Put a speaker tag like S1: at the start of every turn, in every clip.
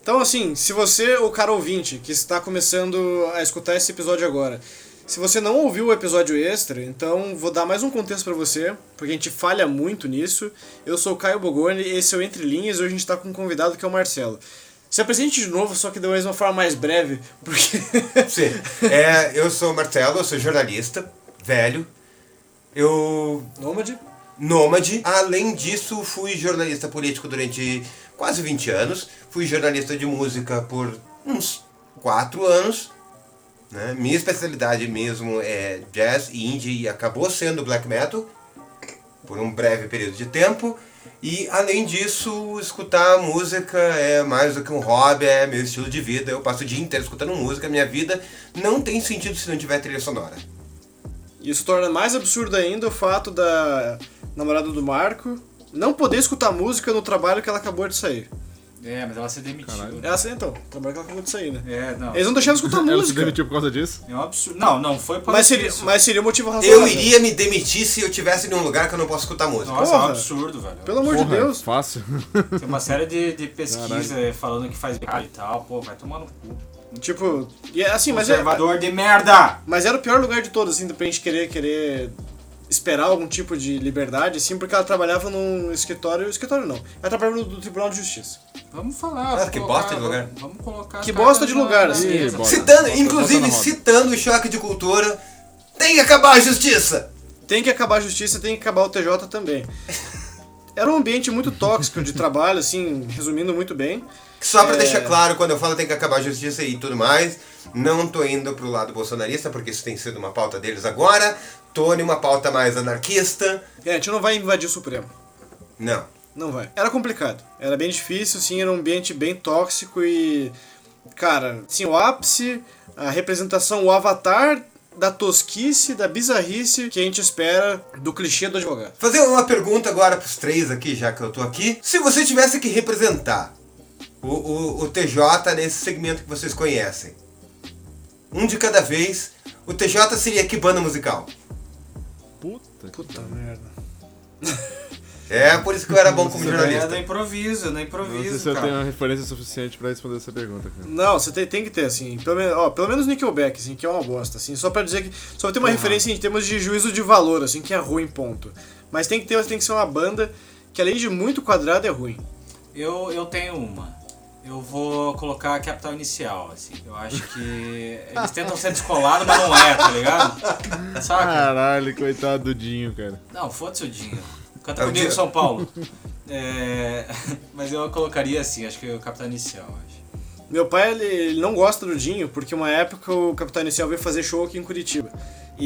S1: Então, assim, se você, o cara ouvinte, que está começando a escutar esse episódio agora, se você não ouviu o episódio extra, então vou dar mais um contexto para você, porque a gente falha muito nisso. Eu sou o Caio Bogoni, esse é o Entre Linhas e hoje a gente está com um convidado que é o Marcelo. Se apresente de novo, só que de uma mesma forma mais breve, porque.
S2: Sim. É, eu sou o Marcelo, eu sou jornalista, velho. Eu.
S1: Nômade?
S2: Nômade. Além disso, fui jornalista político durante quase 20 anos. Fui jornalista de música por uns 4 anos. né? Minha especialidade mesmo é jazz e indie e acabou sendo black metal por um breve período de tempo. E além disso, escutar música é mais do que um hobby, é meu estilo de vida. Eu passo o dia inteiro escutando música, minha vida não tem sentido se não tiver trilha sonora.
S1: Isso torna mais absurdo ainda o fato da namorada do Marco não poder escutar música no trabalho que ela acabou de sair.
S3: É, mas ela se demitiu.
S1: É assim então, o trabalho que ela acabou de sair, né?
S3: É, não.
S1: Eles não deixaram escutar
S4: Ela se
S1: música.
S4: demitiu por causa disso?
S3: É um absurdo. Não, não, foi por
S1: Mas
S3: causa
S1: seria,
S3: disso.
S1: mas seria um motivo razoável.
S2: Eu iria me demitir se eu tivesse num lugar que eu não posso escutar música.
S3: Nossa, é um
S1: Porra.
S3: absurdo, velho.
S1: Pelo amor de
S4: Porra, é
S1: Deus.
S4: Fácil.
S3: Tem uma série de, de pesquisa falando que faz errado e tal. Pô, vai tomar no cu.
S1: Tipo, e é assim, mas é,
S3: Conservador de merda!
S1: mas era o pior lugar de todos, assim, pra gente querer querer esperar algum tipo de liberdade, assim, porque ela trabalhava num escritório, escritório não. Ela trabalhava no Tribunal de Justiça.
S3: Vamos falar.
S2: Ah, que
S3: colocar-
S2: bosta de lugar.
S3: Vamos colocar.
S1: Que
S3: a cara
S1: bosta de
S3: na-
S1: lugar,
S3: na
S1: assim.
S3: mesa.
S4: Ih, bosta.
S2: Citando,
S4: Bota-
S2: inclusive
S4: bota na roda.
S2: citando o choque de cultura, tem que acabar a justiça!
S1: Tem que acabar a justiça, tem que acabar o TJ também. Era um ambiente muito tóxico de trabalho, assim, resumindo muito bem.
S2: Só pra
S1: É.
S2: deixar claro, quando eu falo tem que acabar a justiça e tudo mais, não tô indo pro lado bolsonarista, porque isso tem sido uma pauta deles agora, tô numa pauta mais anarquista.
S1: É, a gente não vai invadir o Supremo.
S2: Não.
S1: Não vai. Era complicado. Era bem difícil, sim, era um ambiente bem tóxico e. Cara, sim, o ápice, a representação, o avatar da tosquice, da bizarrice que a gente espera do clichê do advogado.
S2: Fazer uma pergunta agora pros três aqui, já que eu tô aqui. Se você tivesse que representar o, o, o TJ nesse segmento que vocês conhecem, um de cada vez, o TJ seria que banda musical?
S4: Puta. que-
S1: Puta merda.
S2: É por isso que eu era bom como
S3: É
S2: jornalista.
S3: no improviso, no
S4: Não sei
S3: improviso,
S4: se eu
S3: cara.
S4: tenho uma referência suficiente pra responder essa pergunta, cara.
S1: Não, você tem, tem que ter, assim, pelo menos, ó, pelo menos Nickelback, assim, que é uma bosta, assim, só pra dizer que, só pra ter uma referência em termos de juízo de valor, assim, que é ruim, ponto. Mas tem que ter, tem que ser uma banda que além de muito quadrada é ruim.
S3: Eu, eu tenho uma. Eu vou colocar a capital inicial, assim. Eu acho que eles tentam ser descolados, mas não é, tá ligado? Saca?
S4: Ah, Caralho, coitado do Dinho, cara.
S3: Não, foda-se o Dinho. Canta
S2: É o
S3: comigo,
S2: Dinho.
S3: São Paulo. É, Mas eu colocaria assim, acho que o capital inicial, acho.
S1: Meu pai, ele, ele não gosta do Dinho, porque uma época o Capitão Inicial veio fazer show aqui em Curitiba.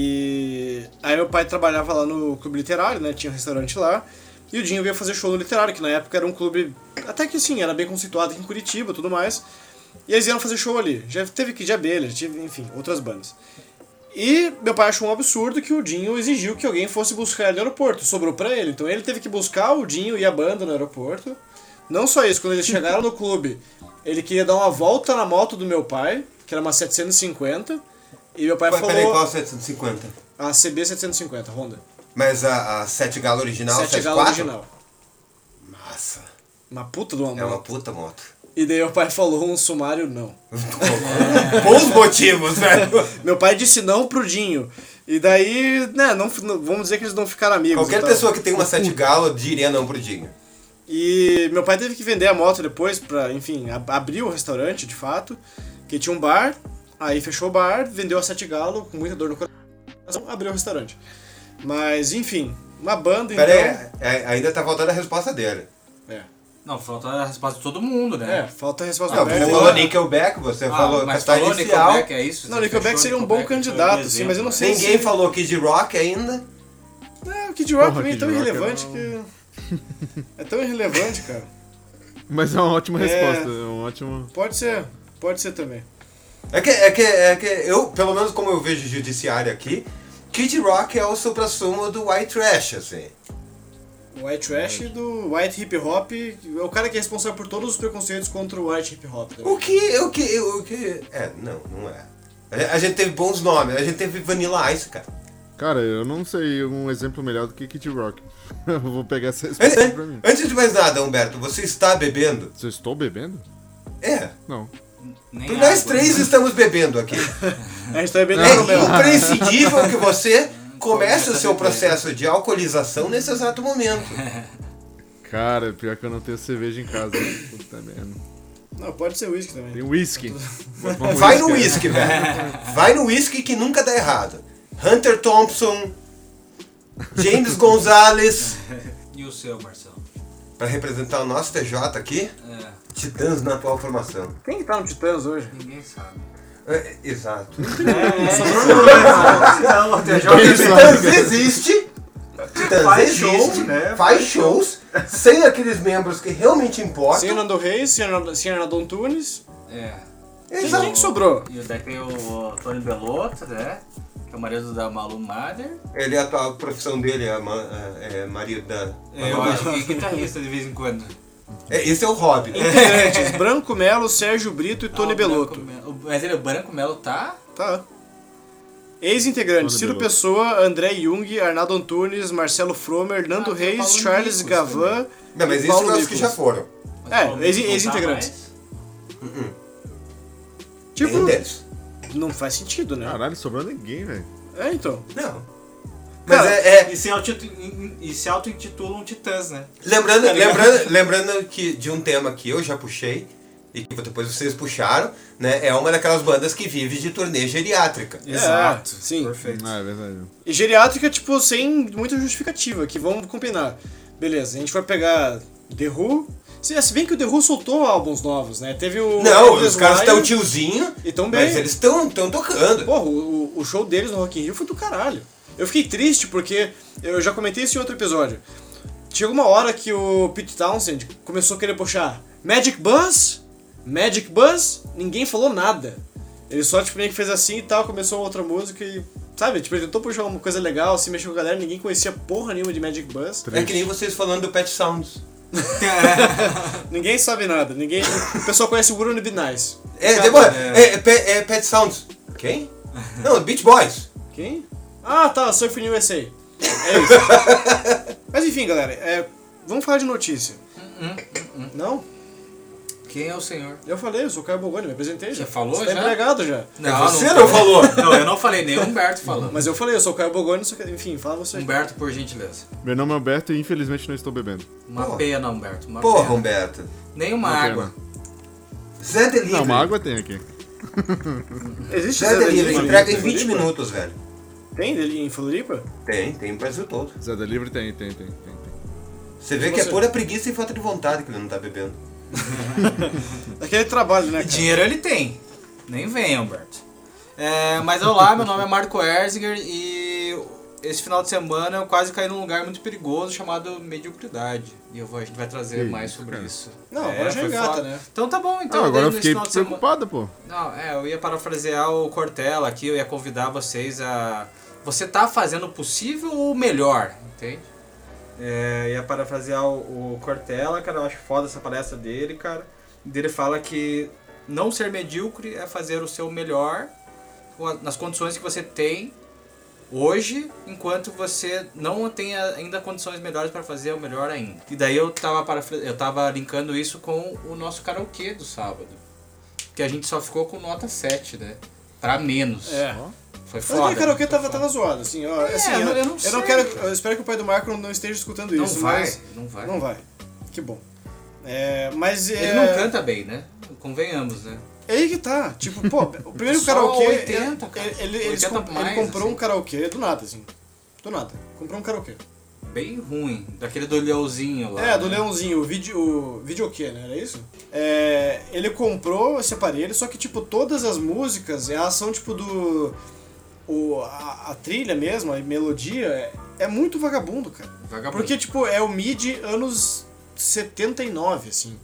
S1: E aí meu pai trabalhava lá no clube literário, né? Tinha um restaurante lá. E o Dinho veio fazer show no literário, que na época era um clube. Até que sim, era bem conceituado aqui em Curitiba e tudo mais. E eles vieram fazer show ali. Já teve Kid Abelha, já tive, enfim, outras bandas. E meu pai achou um absurdo que o Dinho exigiu que alguém fosse buscar ele no aeroporto. Sobrou pra ele. Então ele teve que buscar o Dinho e a banda no aeroporto. Não só isso, quando eles chegaram no clube, ele queria dar uma volta na moto do meu pai, que era uma 750. E meu pai
S2: Peraí,
S1: falou.
S2: qual é o 750?
S1: A CB750, Honda.
S2: Mas a, a Sete Galo original,
S1: 7
S2: Sete
S1: galo original.
S2: Nossa,
S1: Uma puta de uma
S2: é
S1: moto.
S2: uma puta moto.
S1: E daí meu pai falou um sumário não.
S2: Bons motivos, né? velho.
S1: Meu pai disse não pro Dinho. E daí, né, não, não- vamos dizer que eles não ficaram amigos. então. e
S2: Qualquer
S1: tal.
S2: pessoa que tem uma Sete Galo diria não pro Dinho.
S1: E meu pai teve que vender a moto depois pra, enfim, ab- abrir o restaurante de fato, que tinha um bar, aí fechou o bar, vendeu a Sete Galo com muita dor no coração, abriu o restaurante. Mas, enfim, uma banda
S2: Pera
S1: então.
S2: aí, é- ainda tá faltando a resposta dele.
S1: É.
S3: Não, falta a resposta de todo mundo,
S1: É,
S3: né?
S1: falta a resposta
S2: Ah, Não,
S1: aberta.
S2: você falou Nickelback, você
S3: Ah,
S2: falou
S3: mas
S2: Capital
S3: falou
S2: Inicial.
S3: Nickelback, é isso?
S1: Não,
S3: Você
S1: Nickelback
S3: fechou
S1: seria um bom
S3: Nickelback, foi um
S1: candidato, sim, mas eu não sei-
S3: exemplo,
S2: Ninguém falou Kid Rock ainda.
S1: É, o Kid Rock
S4: Porra,
S1: pra mim é
S4: Kid
S1: tão
S4: Rock é
S1: irrelevante
S4: um-
S1: que. É tão irrelevante, cara.
S4: Mas é uma ótima
S1: É.
S4: resposta, é um ótimo.
S1: Pode ser, pode ser também.
S2: É que, é que, é que eu, pelo menos como eu vejo o judiciário aqui, Kid Rock é o supra-sumo do White Trash, assim.
S1: O White Trash do White Hip Hop, é o cara que é responsável por todos os preconceitos contra o White Hip Hop. né?
S2: O que, o que, o que... É, não, não é. A- A gente teve bons nomes, a gente teve Vanilla Ice, cara.
S4: Cara, eu não sei um exemplo melhor do que Kid Rock. eu vou pegar essa
S2: Antes,
S4: resposta É, pra mim.
S2: antes de mais nada, Humberto, você está bebendo?
S4: Se eu estou bebendo?
S2: É.
S4: Não.
S3: Nem
S2: Porque nós
S3: água,
S2: três
S3: né?
S2: estamos bebendo aqui.
S1: A gente tá bebendo
S2: É
S1: Romeu.
S2: imprescindível que você comece o seu processo de alcoolização nesse exato momento.
S4: Cara, pior que eu não tenho cerveja em casa. Puta merda.
S1: Não, pode ser whisky também.
S4: Tem whisky. Bota uma
S2: Vai no
S4: whisky.
S2: uísque, velho. Vai no uísque que nunca dá errado. Hunter Thompson, James Gonzalez,
S3: E o seu, Marcelo?
S2: pra representar o nosso TJ aqui,
S3: É,
S2: Titãs na atual formação.
S1: Quem que tá no Titãs hoje?
S3: ninguém sabe.
S2: É, exato.
S5: É,
S3: né?
S5: Não, tem
S2: Porque
S4: Quem
S5: jovem
S2: Titãs Então,
S1: né?
S2: existe. Titãs
S5: Faz
S2: existe,
S5: show, né?
S2: Faz shows sem aqueles membros que realmente importam.
S1: Sem Nando Reis, sem Arnaldo- sem Arnaldo Antunes.
S3: É.
S1: Quem,
S2: Exato.
S1: quem que sobrou?
S3: E daí tem o Tony Bellotto, né? Que é o marido da Malu Mader.
S2: Ele, é a atual profissão dele é, ma- é- é marido da.
S3: É, eu acho que é guitarrista de vez em quando.
S2: É, esse é o hobby.
S1: Integrantes, Branco Melo, Sérgio Brito e Tony
S3: Ah, o
S1: Belotto.
S3: Branco Melo- Mas ele, o Branco Melo tá?
S1: Tá. Ex-integrantes,
S4: Tony
S1: Ciro
S4: Belotto.
S1: Pessoa, André Jung, Arnaldo Antunes, Marcelo Fromer, Nando
S3: Ah, tem o
S1: Reis,
S3: Paulo
S1: Charles
S3: Nicolas
S1: Gavan
S2: Não, mas
S1: e
S2: esses
S1: Paulo
S2: são os que
S1: Nicolas.
S2: já foram.
S3: Mas
S1: É,
S3: provavelmente
S1: ex-
S3: não tá
S1: ex-integrantes.
S3: mais.
S1: Tipo,
S2: Nenhum deles.
S1: não faz sentido, né?
S4: Caralho, sobrou ninguém, velho.
S1: É, então.
S2: Não. Mas
S1: Cara,
S2: é, é-
S5: E se auto- E se auto-intitulam titãs, né?
S2: Lembrando,
S1: é
S5: Tá ligado?
S2: lembrando, lembrando que de um tema que eu já puxei e que depois vocês puxaram, né? É uma daquelas bandas que vive de turnê geriátrica.
S1: Exato, sim.
S5: Perfeito.
S4: Ah, é verdade.
S1: E geriátrica, tipo, sem muita justificativa, que vamos combinar. Beleza, a gente vai pegar The Who. Se se bem que o The Who soltou álbuns novos, né? Teve o.
S2: Não,
S1: Endless
S2: os caras
S1: Wire,
S2: estão tiozinho,
S1: E tão bem.
S2: mas eles estão tão tocando.
S1: Porra, o, o show deles no Rock in Rio foi do caralho. Eu fiquei triste porque eu já comentei isso em outro episódio. Chegou uma hora que o Pete Townsend começou a querer puxar Magic Bus, Magic Bus, ninguém falou nada. Ele só tipo, meio que fez assim e tal, começou outra música e. Sabe, tipo, ele tentou puxar uma coisa legal, se mexeu com a galera, ninguém conhecia porra nenhuma de Magic Bus.
S2: É que nem vocês falando do Pet Sounds.
S1: Ninguém sabe nada, ninguém. O pessoal conhece o Wouldn't It Be Nice.
S2: É,
S3: Cara,
S2: demora.
S3: é.
S2: É, é, Pe- é Pet Sounds. Quem? Não, Beach Boys.
S1: Quem? Ah, tá, Surfing USA. É isso. Mas enfim, galera, é, vamos falar de notícia. Não?
S3: Quem é o senhor?
S1: Eu falei, eu sou o Caio Bogoni, me apresentei já.
S3: Você falou
S1: Você tá
S3: já?
S1: empregado já.
S2: você não falou.
S3: é Não, eu não falei, nem o Humberto falou.
S1: Mas eu falei, eu sou o Caio Bogoni, sou... enfim, fala você.
S3: Humberto, por gentileza.
S4: Meu nome é Alberto e infelizmente não estou bebendo.
S3: Uma
S2: Porra.
S3: pena, Humberto. Uma
S2: Porra,
S3: pena.
S2: Humberto.
S3: Nem uma
S4: Uma
S3: água.
S2: Zé Delivery.
S4: Não, uma água tem aqui.
S1: Existe
S2: Zé Delivery. é
S1: Delivery
S2: Entrega em
S1: é né? Floripa?
S2: 20 minutos, velho.
S1: Tem dele em Floripa?
S2: Tem, tem o Brasil todo.
S4: Zé Delivery tem, tem, tem, tem. tem.
S2: Você vê
S1: E
S2: que é
S1: você?
S2: pura preguiça e falta de vontade que ele não tá bebendo.
S1: Aquele trabalho, né?
S3: E
S1: cara?
S3: dinheiro ele tem. Nem vem, Humberto. É, mas olá, meu nome é Marco Erzinger e esse final de semana eu quase caí num lugar muito perigoso chamado mediocridade. E eu vou- a gente vai trazer
S4: Ih,
S3: mais sobre
S4: cara.
S3: isso.
S1: Não, agora já
S3: foi
S1: é gata,
S3: foda.
S1: né?
S3: Então tá bom, então
S4: ah, agora eu
S3: daí nesse
S4: fiquei
S3: final de semana-
S4: preocupado, pô.
S3: Não, é, eu ia parafrasear o Cortella aqui, eu ia convidar vocês a. Você tá fazendo o possível ou o melhor, entende? É, ia parafrasear o, o Cortella, cara, eu acho foda essa palestra dele, cara. Ele fala que não ser medíocre é fazer o seu melhor com a- nas condições que você tem hoje, enquanto você não tenha ainda condições melhores para fazer o melhor ainda. E daí eu tava, parafra- eu tava linkando isso com o nosso karaokê do sábado que a gente só ficou com nota 7, né? Pra menos.
S1: É.
S3: Foi
S1: Mas aquele
S3: foda.
S1: karaokê
S3: foi
S1: tava,
S3: foda.
S1: tava zoado, assim, ó.
S3: É,
S1: assim,
S3: eu não- eu não
S1: Eu não
S3: sei,
S1: quero.
S3: cara.
S1: Eu espero que o pai do Marco não esteja escutando
S3: Não
S1: isso,
S3: vai,
S1: mas.
S3: não vai.
S1: Não vai. Que bom. É, mas é.
S3: Ele não canta bem, né? Convenhamos, né?
S1: É aí que tá. Tipo, pô, o primeiro
S3: Só
S1: karaokê.
S3: 80, cara.
S1: ele, ele, eles
S3: 80
S1: comp-
S3: mais,
S1: ele comprou
S3: assim.
S1: um karaokê do nada, assim. Do nada. Comprou um karaokê.
S3: Bem ruim. Daquele do leãozinho lá.
S1: É, do
S3: né?
S1: Leãozinho, o vídeo. O videokê, né? Era isso? É, ele comprou esse aparelho, só que, tipo, todas as músicas, elas são, tipo, do. O, a, a trilha mesmo, a melodia, é, é muito vagabundo, cara.
S3: Vagabundo.
S1: Porque, tipo, é o mid anos 79, assim.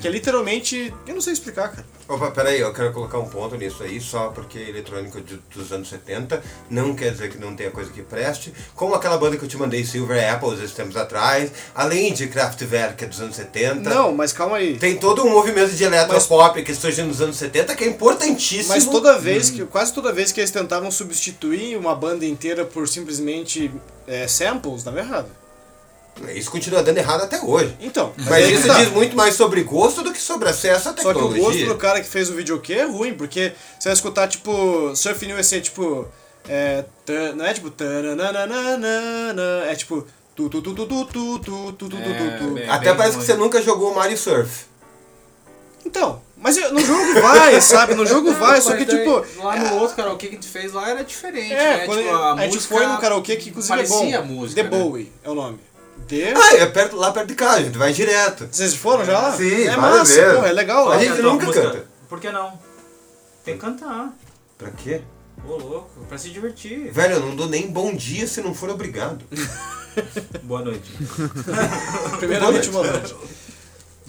S1: Que é literalmente. Eu não sei explicar, cara.
S2: Opa, peraí, eu quero colocar um ponto nisso aí, só porque eletrônico de- dos anos 70 não quer dizer que não tenha coisa que preste, como aquela banda que eu te mandei, Silver Apples, esses tempos atrás, além de Kraftwerk é dos anos
S3: Tá.
S2: 70.
S1: Não, mas calma aí.
S2: Tem todo um movimento de eletropop que surgiu nos anos 70 que é importantíssimo.
S1: Mas toda vez que, quase toda vez que eles tentavam substituir uma banda inteira por simplesmente é, samples, dava errado.
S2: Isso continua dando errado até hoje.
S1: Então,
S2: Mas
S1: aí
S2: isso
S1: tá.
S2: diz muito mais sobre gosto do que sobre acesso à
S1: Só que o
S2: tecnologia.
S1: gosto do cara que fez o videokê é ruim, porque você vai escutar, tipo, Surf New EC, tipo. É, tan- não é tipo. tananana, É tipo. Tu, tu, tu, tu, tu, tu, tu, tu, tu, tu,
S2: É,
S1: tu.
S5: bem-
S2: Até parece que
S5: ruim.
S2: você
S1: né?
S2: nunca jogou Mario Surf.
S1: Então, mas eu- no jogo vai, sabe? No jogo vai, só que
S3: Mas daí,
S1: tipo.
S3: Lá no outro karaokê que a gente fez lá era diferente,
S1: É,
S3: né?
S1: quando
S3: tipo, a,
S1: a, gente
S3: música
S1: foi num karaokê que inclusive é bom.
S3: parecia a música,
S1: The
S3: né?
S1: Bowie é o nome. The...
S2: Ah, é perto, lá perto de casa, a gente vai direto.
S1: Vocês foram já lá?
S2: Sim,
S1: é
S2: várias
S1: massa,
S2: vezes.
S1: pô, é legal lá.
S2: né? A gente
S5: Canta
S2: nunca
S5: uma música.
S2: canta.
S5: Por que não? Tem que cantar.
S2: Pra quê?
S5: Ô, louco, pra se divertir.
S2: Velho, eu não dou nem bom dia se não for obrigado.
S5: Boa noite.
S1: Primeiramente, boa noite.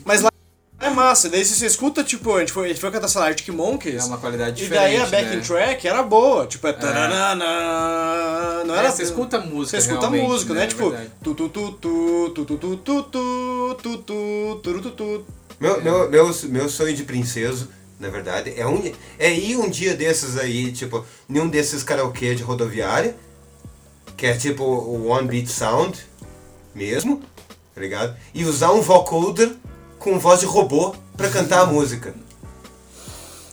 S1: Mas lá é massa, daí você escuta, tipo, a gente foi, a gente foi cantar, sei lá, Arctic
S3: É
S1: Monkeys.
S3: uma qualidade
S1: E
S3: diferente.
S1: daí a backing
S3: né?
S1: track era boa, tipo, é taranana, não
S3: É,
S1: era...
S3: você escuta a música.
S1: Você escuta a
S3: realmente,
S1: música, né?
S3: É
S1: Tipo,
S3: verdade.
S1: tu tu tu tu tu tu tu tu tu tu tu tu tu tu
S2: Meu, meu, meu, meu sonho de princesa, na verdade, é, um, é ir um dia desses aí, tipo, nenhum desses karaokê de rodoviária, que é tipo o One Beat Sound mesmo, tá ligado? E usar um vocoder com voz de robô pra cantar a música.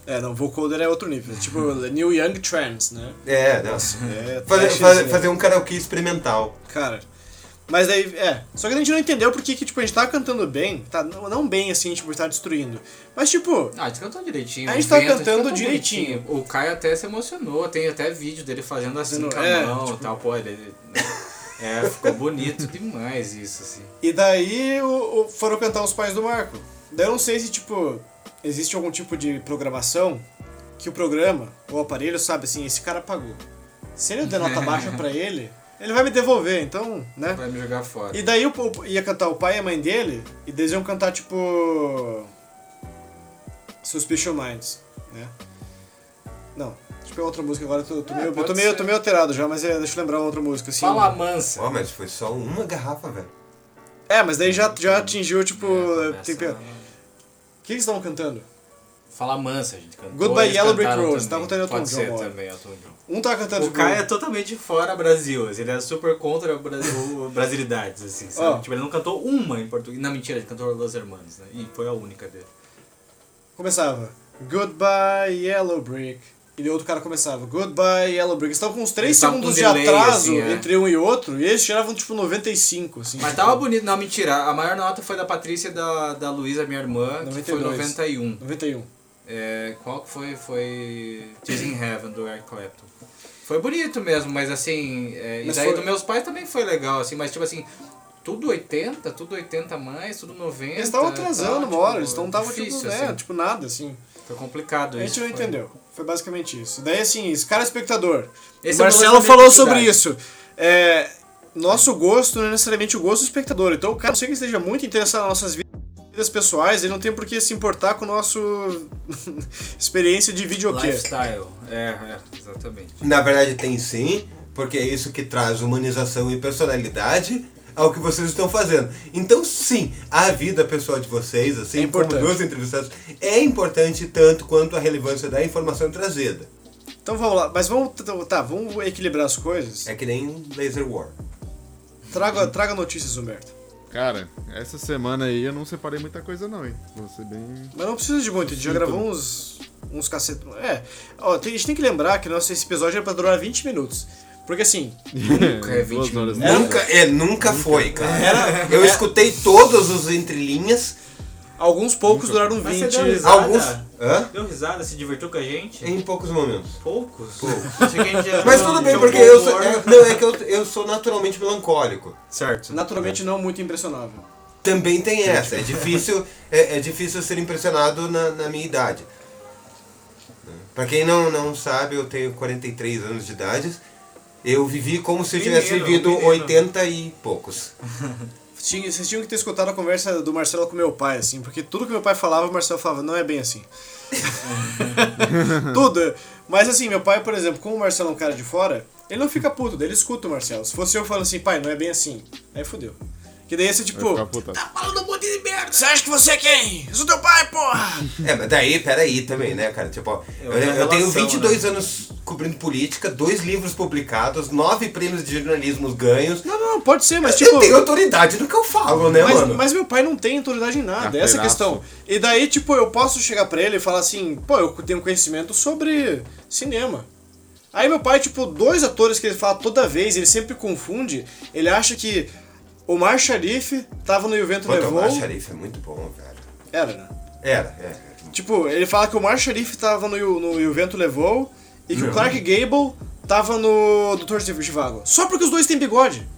S1: É, não, vocoder é outro nível. Tipo, New Young Trends, né?
S2: É, nossa.
S1: É,
S2: Fazer,
S1: trash,
S2: fazer,
S1: né?
S2: fazer um karaokê experimental.
S1: Cara. Mas daí, é. Só que a gente não entendeu porque que, tipo, a gente tá cantando bem. Tá, não, não bem assim, tipo, tá destruindo. Mas, tipo,
S3: Ah, a gente cantou direitinho.
S1: A gente
S3: o
S1: tá
S3: vento, a
S1: cantando
S3: cantou
S1: direitinho.
S3: bonitinho. O Caio até se emocionou, tem até vídeo dele fazendo assim
S1: Fazendo-
S3: com a
S1: é,
S3: mão
S1: tipo-
S3: e tal, pô, ele- ele... É, ficou bonito demais isso, assim.
S1: E daí o, o- foram cantar os pais do Marco. Daí eu não sei se, tipo, existe algum tipo de programação que o programa, ou o aparelho, sabe assim, esse cara pagou. Se ele der nota baixa pra ele, ele vai me devolver, então, né?
S3: Vai me jogar fora.
S1: E daí o, o- ia cantar o pai e a mãe dele, e eles iam cantar, tipo. Suspicious Minds, né? Não, tipo, é outra música agora, eu tô, tô
S3: É,
S1: meio, eu
S3: pode
S1: tô, meio, eu
S3: ser.
S1: tô meio alterado já, mas é, deixa eu lembrar uma outra música, assim.
S3: Fala mansa.
S2: Ó, mas foi só uma garrafa, velho.
S1: É, mas daí já, já atingiu, tipo.
S3: É,
S1: tem pe-
S3: Essa-
S1: O que eles estavam cantando?
S3: Fala mansa, a gente cantou.
S1: Goodbye
S3: eles
S1: Yellow Brick
S3: cantaram
S1: Road, tá
S3: também.
S1: cantando Elton
S3: Pode
S1: John
S3: ser
S1: uma hora.
S3: também, Elton John.
S1: Um tava cantando
S5: O
S1: tipo,
S5: Caio é totalmente fora Brasil, assim, ele é super contra a Bras- o brasilidades, assim, sabe?
S1: Ó.
S5: Tipo, ele não cantou uma em português. Não, mentira, ele cantou Los Hermanos, né? E foi a única dele.
S1: Começava Goodbye Yellow Brick. E daí outro cara começava Goodbye Yellow Brick. Eles estavam com uns 3
S3: Eles estavam
S1: segundos
S3: com
S1: de
S3: delay,
S1: atraso
S3: assim, é.
S1: entre um e outro. E eles tiravam tipo 95, assim.
S3: Mas
S1: tipo,
S3: tava bonito, não, mentira. A maior nota foi da Patrícia e da, da Luísa, minha irmã, que foi
S1: 92.
S3: 91.
S1: 91.
S3: É, qual que foi? Foi Tears in Heaven, do Eric Clapton. Foi bonito mesmo, mas assim... é,
S1: Mas
S3: e daí
S1: foi-
S3: do meus pais também foi legal, assim, mas tipo assim... Tudo 80, tudo 80 a mais, tudo 90.
S1: Eles estavam
S3: tá,
S1: atrasando uma
S3: tipo,
S1: hora, eles não estavam tipo,
S3: difícil,
S1: né,
S3: assim.
S1: tipo nada, assim.
S3: Foi complicado
S1: A
S3: isso.
S1: gente não
S3: foi.
S1: entendeu. Foi basicamente isso. Daí assim, esse cara é espectador.
S3: Esse
S1: o
S3: é o
S1: Marcelo
S3: balanço da
S1: falou sobre
S3: identidade.
S1: isso. É, nosso gosto não é necessariamente o gosto do espectador. Então o cara não sei que esteja muito interessado nas nossas vidas pessoais, ele não tem por que se importar com o nosso experiência de videokê.
S3: Lifestyle. É, é, exatamente.
S2: Na verdade tem sim, porque é isso que traz humanização e personalidade ao que vocês estão fazendo. Então sim, a vida pessoal de vocês, assim,
S1: É importante.
S2: como dos entrevistados, é importante tanto quanto a relevância da informação trazida.
S1: Então vamos lá, mas vamos tá, tá, vamos equilibrar as coisas.
S2: É que nem Laser War.
S1: Traga, traga notícias, Humberto.
S4: Cara, essa semana aí eu não separei muita coisa não, hein? Vou ser bem...
S1: Mas não precisa de muito, a gente já
S4: Sim, tudo.
S1: gravou uns, uns cacete. É, ó, tem- a gente tem que lembrar que nosso, esse episódio era pra durar 20 minutos. Porque assim,
S3: é 20
S4: Duas horas.
S3: minutos.
S2: Nunca, é, nunca foi, cara. Eu escutei todos os entrelinhas,
S1: alguns poucos duraram
S5: Mas você
S1: 20.
S5: deu risada.
S2: alguns... Hã?
S5: Deu risada, se divertiu com a gente?
S2: Em poucos momentos.
S5: Poucos? Achei que a gente era-
S2: Mas tudo bem,
S5: tinha um
S2: porque
S5: bom
S2: eu sou,
S5: humor.
S2: é, não, é que eu, eu sou naturalmente melancólico.
S5: Certo.
S4: É.
S1: Naturalmente não muito impressionável.
S2: Também tem essa. É difícil, é, é difícil ser impressionado na, na minha idade. Pra quem não, não sabe, eu tenho 43 anos de idade. Eu vivi como se eu tivesse
S5: Menino,
S2: vivido
S5: menino.
S2: 80 e poucos.
S1: Tinha- Vocês tinham que ter escutado a conversa do Marcelo com meu pai, assim, porque tudo que meu pai falava, o Marcelo falava, não é bem assim. tudo. Mas assim, meu pai, por exemplo, como o Marcelo é um cara de fora, ele não fica puto, daí ele escuta o Marcelo. Se fosse eu falando assim, pai, não é bem assim, aí fodeu. Que daí você,
S3: É,
S1: tipo,
S4: Ficar putado.
S1: falando um monte de merda, você acha que você é quem? Eu sou teu pai, porra!
S2: É, mas daí, peraí também, né, cara? Tipo, ó,
S5: É
S2: eu,
S5: outra
S2: eu tenho
S1: né?
S5: relação,
S2: 22 anos cobrindo política, dois livros publicados, nove prêmios de jornalismo ganhos.
S1: Não, não, pode ser, mas
S2: eu
S1: tipo.
S2: tenho autoridade no que eu falo, né,
S1: Mas,
S2: mano?
S1: mas meu pai não tem autoridade em nada, é essa a
S4: Carteiraço.
S1: questão. E daí, tipo, eu posso chegar pra ele e falar assim, pô, eu tenho conhecimento sobre cinema. Aí meu pai, tipo, dois atores que ele fala toda vez, ele sempre confunde, ele acha que Omar Sharif tava no E o Vento
S2: Puta, o
S1: Levou.
S2: Omar Sharif é muito bom, cara.
S1: Era, né?
S2: Era, é.
S1: Tipo, ele fala que o Omar Sharif tava no, You- no E o Vento Levou e que o Clark Gable tava no Doutor Zhivago. Só porque os dois têm bigode.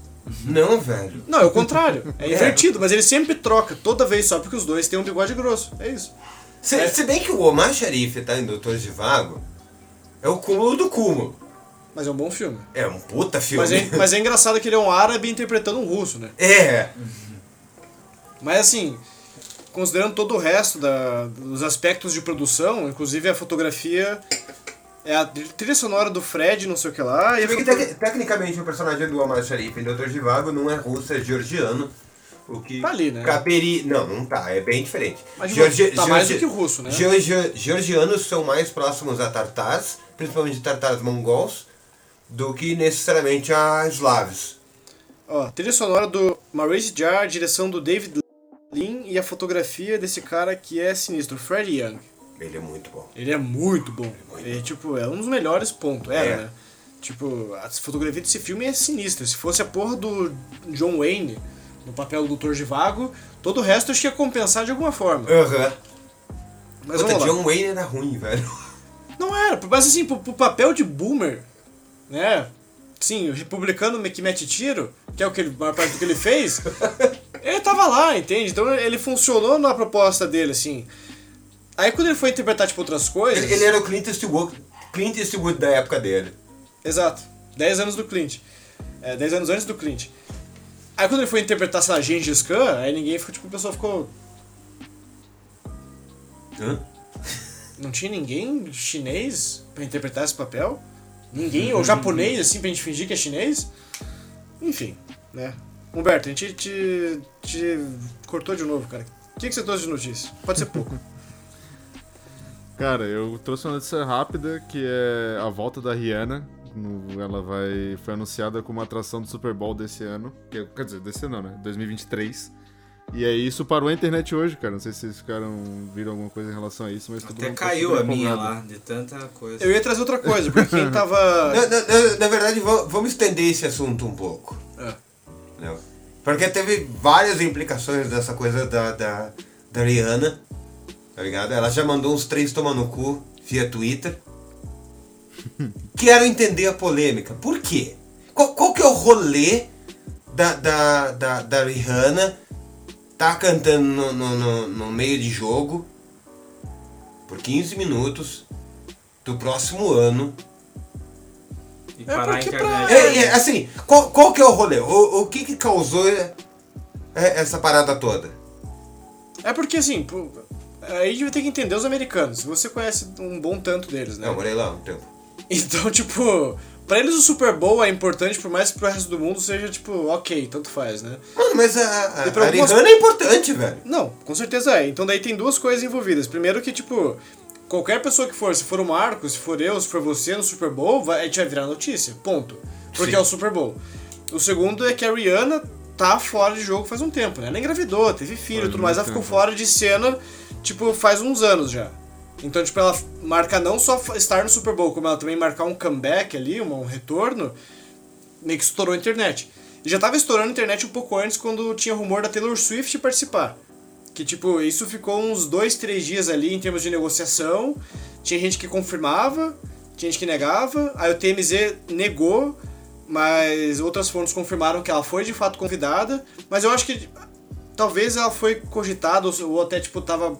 S2: Não, velho.
S1: Não, é o contrário. É invertido, mas ele sempre troca, toda vez, só porque os dois têm um bigode grosso. É isso.
S2: Se, se bem que o Omar Sharif tá em Doutores de Vago, é o cúmulo do cúmulo.
S1: Mas é um bom filme.
S2: É um puta filme.
S1: Mas é, mas é engraçado que ele é um árabe interpretando um russo, né?
S2: É.
S1: Mas assim, considerando todo o resto da, dos aspectos de produção, inclusive a fotografia, é a trilha sonora do Fred, não sei o que lá. E a
S2: Porque
S1: foto-
S2: tec- tecnicamente o personagem do Omar Sharif em Doutor de Vago não é russo, é georgiano. O que
S1: Tá ali, né?
S2: Caberi... Não, não tá, é bem diferente.
S1: Mas
S2: Georgi-
S1: tá mais do que
S2: Georgi-
S1: russo, né?
S2: Georgi- Georgianos são mais próximos a tartars, principalmente tartars mongols, do que necessariamente a eslavos.
S1: Ó, trilha sonora do Maurice Jarre, direção do David Lin e a fotografia desse cara que é sinistro, Fred Young.
S2: Ele é muito bom.
S1: Ele é muito bom. Ele, tipo, é um dos melhores pontos. Era,
S2: É.
S1: né? Tipo, a fotografia desse filme é sinistra. Se fosse a porra do John Wayne no papel do Doutor de Vago, todo o resto eu acho que ia compensar de alguma forma.
S2: Aham.
S1: Mas
S2: Puta,
S1: vamos lá.
S2: John Wayne era ruim, velho.
S1: Não era, mas assim, pro, pro papel de boomer, né? Sim, o republicano que mete tiro, que é o que ele, a maior parte do que ele fez, ele tava lá, entende? Então ele funcionou na proposta dele, assim. Aí quando ele foi interpretar, tipo, outras coisas...
S2: Ele, ele era o Clint Eastwood, Clint Eastwood da época dele.
S1: Exato. 10 anos do Clint. É, 10 anos antes do Clint. Aí quando ele foi interpretar, sei lá, Gengis Khan, aí ninguém ficou, tipo, o pessoal ficou...
S2: Hã?
S1: Não tinha ninguém chinês pra interpretar esse papel? Ninguém? Ou japonês, assim, pra gente fingir que é chinês? Enfim, né? Humberto, a gente te, te cortou de novo, cara. O que, que você trouxe de notícia? Pode ser pouco.
S4: Cara, eu trouxe uma notícia rápida que é a volta da Rihanna. No- Ela vai foi anunciada como atração do Super Bowl desse ano. Que, é- quer dizer, desse ano, não, né? 2023. E aí isso parou a internet hoje, cara. Não sei se vocês ficaram viram alguma coisa em relação a isso, mas todo
S3: Até
S4: mundo tá
S3: caiu
S4: super
S3: a minha
S4: empolgado.
S3: lá, de tanta coisa.
S1: Eu ia trazer outra coisa, porque quem tava...
S2: Na, na- na- na verdade, va- vamos estender esse assunto um pouco.
S1: Ah.
S2: né? Porque teve várias implicações dessa coisa da, da, da Rihanna, tá ligado? Ela já mandou uns três tomar no cu via Twitter. Quero entender a polêmica. Por quê? Qual, qual que é o rolê da, da, da, da Rihanna tá cantando no, no, no- no meio de jogo por 15 minutos do próximo ano?
S5: E
S1: É
S5: parar a
S1: porque
S5: internet.
S2: É, é, assim, qual, qual que é o rolê? O, o que que causou é, é, essa parada toda?
S1: É porque, assim, pô, aí a gente vai ter que entender os americanos. Você conhece um bom tanto deles, né?
S2: Eu morei lá um tempo.
S1: Então, tipo, pra eles o Super Bowl é importante, por mais que pro resto do mundo seja, tipo, ok, tanto faz, né?
S2: Mano, mas a, a, a
S1: E pra algumas-
S2: Rihanna é importante, velho.
S1: Não, com certeza é. Então daí tem duas coisas envolvidas. Primeiro que, tipo, qualquer pessoa que for, se for o Marco, se for eu, se for você no Super Bowl, vai, a gente vai virar notícia. Ponto. Porque
S2: Sim.
S1: é o Super Bowl. O segundo é que a Rihanna tá fora de jogo faz um tempo, né? Ela engravidou, teve filho e
S4: Faz
S1: tudo mais. Ela
S4: muito
S1: ficou
S4: tempo.
S1: fora de cena, tipo, faz uns anos já. Então, tipo, ela marca não só estar no Super Bowl, como ela também marcar um comeback ali, um um retorno, meio que estourou a internet. E já tava estourando a internet um pouco antes quando tinha rumor da Taylor Swift participar. Que, tipo, isso ficou uns dois, três dias ali em termos de negociação. Tinha gente que confirmava, tinha gente que negava. Aí o TMZ negou, mas outras fontes confirmaram que ela foi de fato convidada. Mas eu acho que talvez ela foi cogitada, ou ou até, tipo, tava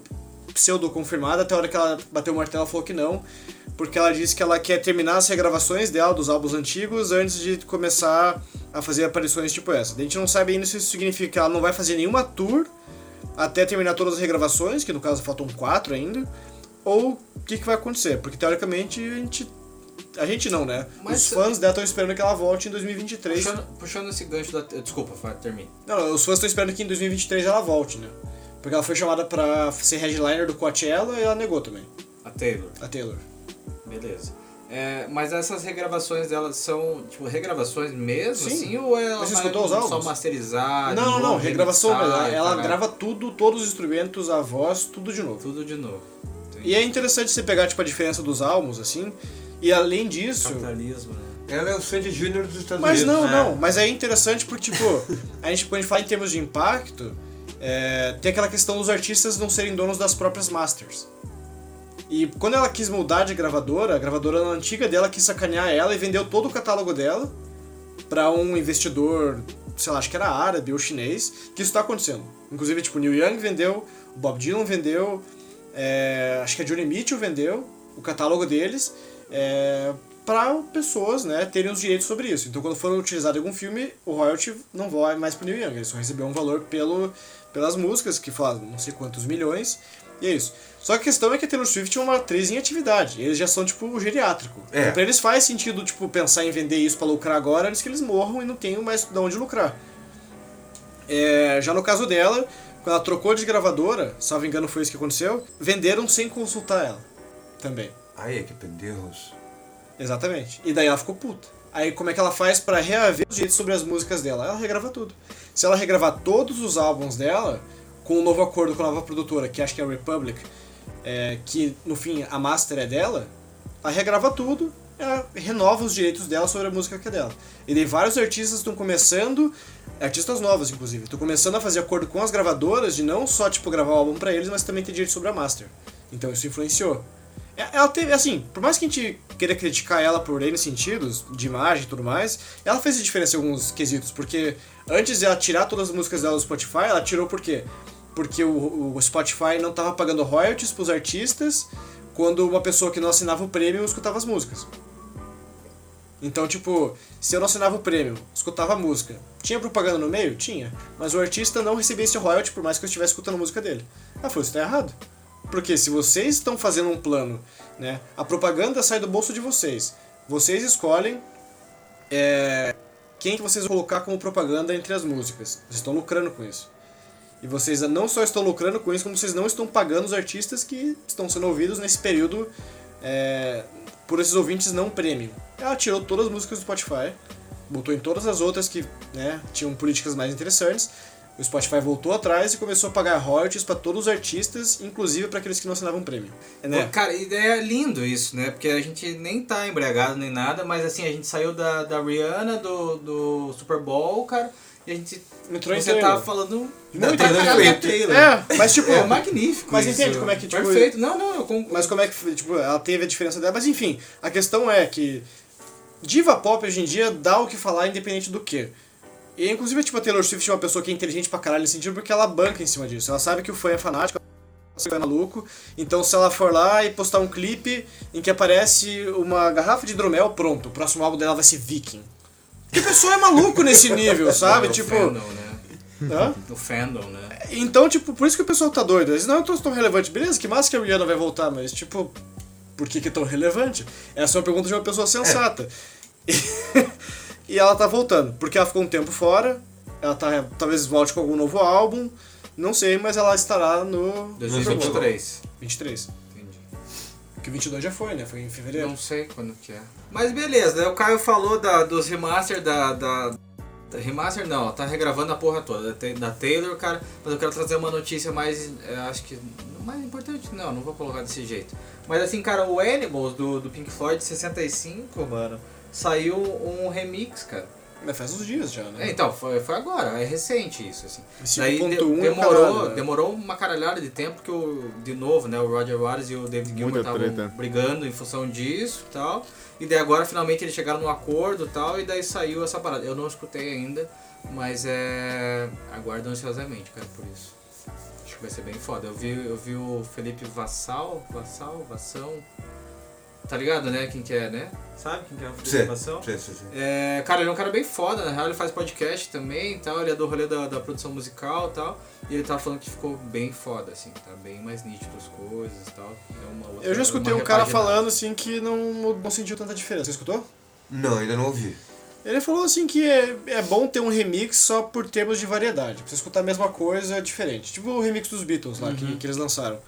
S1: pseudo-confirmada. Até a hora que ela bateu o martelo, ela falou que não. Porque ela disse que ela quer terminar as regravações dela, dos álbuns antigos, antes de começar a fazer aparições tipo essa. A gente não sabe ainda se isso significa que ela não vai fazer nenhuma tour até terminar todas as regravações, que no caso faltam quatro ainda, ou o que, que vai acontecer? Porque teoricamente a gente. A gente não, né?
S3: Mas-
S1: os fãs dela estão esperando que ela volte em 2023.
S3: Puxando, puxando esse gancho da. Desculpa, Fábio, termina.
S1: Não, os fãs estão esperando que em 2023 ela volte, né? Porque ela foi chamada pra ser headliner do Coachella e ela negou também,
S3: A Taylor,
S1: a Taylor.
S3: beleza. É, mas essas regravações delas são, tipo, regravações mesmo,
S1: Sim.
S3: assim? Ou é
S1: Mas você escutou os
S3: só
S1: álbuns?
S3: masterizar? de
S1: Não, não,
S3: novo,
S1: não, regravação, mas
S3: remixar
S1: ela,
S3: e
S1: ela
S3: caralho?
S1: grava tudo, todos os instrumentos, a voz, tudo de novo.
S3: Tudo de novo.
S1: E é interessante você pegar, tipo, a diferença dos álbuns, assim, e além disso...
S3: Então tá.
S5: Capitalismo, né?
S2: Ela é o Sandy Júnior dos Estados
S1: Mas
S2: Unidos. né?
S1: não, não, mas é interessante porque, tipo, a gente, quando a gente fala em termos de impacto, é, tem aquela questão dos artistas não serem donos das próprias masters. E quando ela quis mudar de gravadora, a gravadora antiga dela quis sacanear ela e vendeu todo o catálogo dela pra um investidor, sei lá, acho que era árabe ou chinês, que isso tá acontecendo. Inclusive, tipo, o Neil Young vendeu, o Bob Dylan vendeu, é, acho que a Johnny Mitchell vendeu o catálogo deles é, para pessoas né, terem os direitos sobre isso. Então, quando for utilizado em algum filme, o royalty não vai mais pro Neil Young, ele só recebeu um valor pelo, pelas músicas, que faz não sei quantos milhões, e é isso. Só que a questão é que a Taylor Swift é uma atriz em atividade, eles já são, tipo, geriátrico.
S2: É.
S1: Então, pra eles faz sentido, tipo, pensar em vender isso pra lucrar agora antes que eles morram e não tenham mais de onde lucrar. É, já no caso dela, quando ela trocou de gravadora, salvo engano foi isso que aconteceu, venderam sem consultar ela também.
S2: Ai, é que pendejos.
S1: Exatamente. E daí ela ficou puta. Aí como é que ela faz pra reaver os direitos sobre as músicas dela? Ela regrava tudo. Se ela regravar todos os álbuns dela, com um novo acordo com a nova produtora, que acho que é a Republic, é, que no fim a master é dela, ela regrava tudo, ela renova os direitos dela sobre a música que é dela. E daí vários artistas estão começando, artistas novos inclusive, estão começando a fazer acordo com as gravadoras de não só tipo gravar o álbum pra eles, mas também ter direito sobre a master. Então isso influenciou. É- Ela teve, assim, por mais que a gente queira criticar ela por N sentidos, de imagem e tudo mais, ela fez a diferença em alguns quesitos, porque antes de ela tirar todas as músicas dela do Spotify, ela tirou por quê? Porque o, o Spotify não tava pagando royalties pros artistas quando uma pessoa que não assinava o prêmio escutava as músicas. Então, tipo, se eu não assinava o prêmio, escutava a música, tinha propaganda no meio? Tinha. Mas o artista não recebia esse royalty por mais que eu estivesse escutando a música dele. Ela falou, isso tá errado. Porque se vocês estão fazendo um plano, né, a propaganda sai do bolso de vocês. Vocês escolhem é, quem que vocês vão colocar como propaganda entre as músicas. Vocês estão lucrando com isso. E vocês não só estão lucrando com isso, como vocês não estão pagando os artistas que estão sendo ouvidos nesse período é, por esses ouvintes não premium. Ela tirou todas as músicas do Spotify, botou em todas as outras que né, tinham políticas mais interessantes. O Spotify voltou atrás e começou a pagar royalties para todos os artistas, inclusive para aqueles que não assinavam prêmio. né?
S3: Pô, Cara, e é lindo isso, né? Porque a gente nem tá embriagado nem nada, mas assim, a gente saiu da, da Rihanna, do, do Super Bowl, cara, e a gente.
S1: Entrou em
S3: você
S1: Taylor.
S3: tá falando.
S2: Não,
S3: pra
S2: Taylor
S3: caralho da
S2: Swift.
S3: Taylor.
S1: É, mas tipo,
S3: É magnífico.
S1: Mas
S3: isso.
S1: entende como é que, tipo,
S3: Perfeito. Não, não, eu concordo.
S1: Mas como é que, tipo, ela teve a diferença dela? Mas enfim, a questão é que diva pop hoje em dia dá o que falar independente do que. E inclusive, tipo, a Taylor Swift é uma pessoa que é inteligente pra caralho nesse sentido porque ela banca em cima disso. Ela sabe que o fã é fanático, ela sabe que o fã é maluco. Então se ela for lá e postar um clipe em que aparece uma garrafa de hidromel, pronto, o próximo álbum dela vai ser Viking. Que pessoa é maluco nesse nível, sabe?
S3: No
S1: tipo.
S3: fandom, né?
S1: hã?
S3: No fandom, né?
S1: Então, tipo, por isso que o pessoal tá doido. Eles não é um troço tão relevante. Beleza, que massa que a Rihanna vai voltar, mas, tipo, por que, que é tão relevante? Essa é uma pergunta de uma pessoa sensata. E, ela tá voltando, porque ela ficou um tempo fora. Ela tá, talvez volte com algum novo álbum. Não sei, mas ela estará no.
S3: 2023.
S1: 23.
S3: Entendi.
S1: Porque 22 já foi, né? Foi em fevereiro.
S3: Não sei quando que é. Mas beleza, né? o Caio falou da, dos remaster da, da, da- Remaster não, ela tá regravando a porra toda da, Ta- da Taylor, cara. Mas eu quero trazer uma notícia mais. é, acho que. Mais importante, não, não vou colocar desse jeito. Mas assim, cara, o Animals do, do Pink Floyd de 65, mano, saiu um remix, cara.
S1: Mas faz uns dias já,
S3: É,
S1: né?
S3: então, foi, foi agora, é recente isso, assim.
S1: Esse
S3: Daí
S1: 1.1
S3: de-
S1: é um
S3: demorou,
S1: caralho, né?
S3: demorou uma caralhada de tempo que o, de novo, né, o Roger Waters e o David Gilmour
S4: Muita
S3: estavam
S4: treta.
S3: brigando em função disso e tal. E daí agora finalmente eles chegaram num acordo e tal, e daí saiu essa parada. Eu não escutei ainda, mas é. Aguardo ansiosamente, cara, por isso. Acho que vai ser bem foda. Eu vi, eu vi o Felipe Vassal, Vassal, Vassão. Tá ligado, né? Quem que é, né?
S5: Sabe quem que é a
S2: Você,
S5: observação?
S2: você, você, você.
S3: É, cara, ele é um cara bem foda, na real, ele faz podcast também e tal, ele é do rolê da, da produção musical e tal, e ele tava falando que ficou bem foda, assim, tá bem mais nítido as coisas e tal. deu uma outra-
S1: Eu já escutei
S3: uma
S1: um cara
S3: repaginada.
S1: falando assim que não, não sentiu tanta diferença. Você escutou?
S2: Não, ainda não ouvi.
S1: Ele falou assim que é, é bom ter um remix só por
S2: Uhum.
S1: termos de variedade. Pra você escutar a mesma coisa é diferente. Tipo o remix dos Beatles lá, que, que eles lançaram.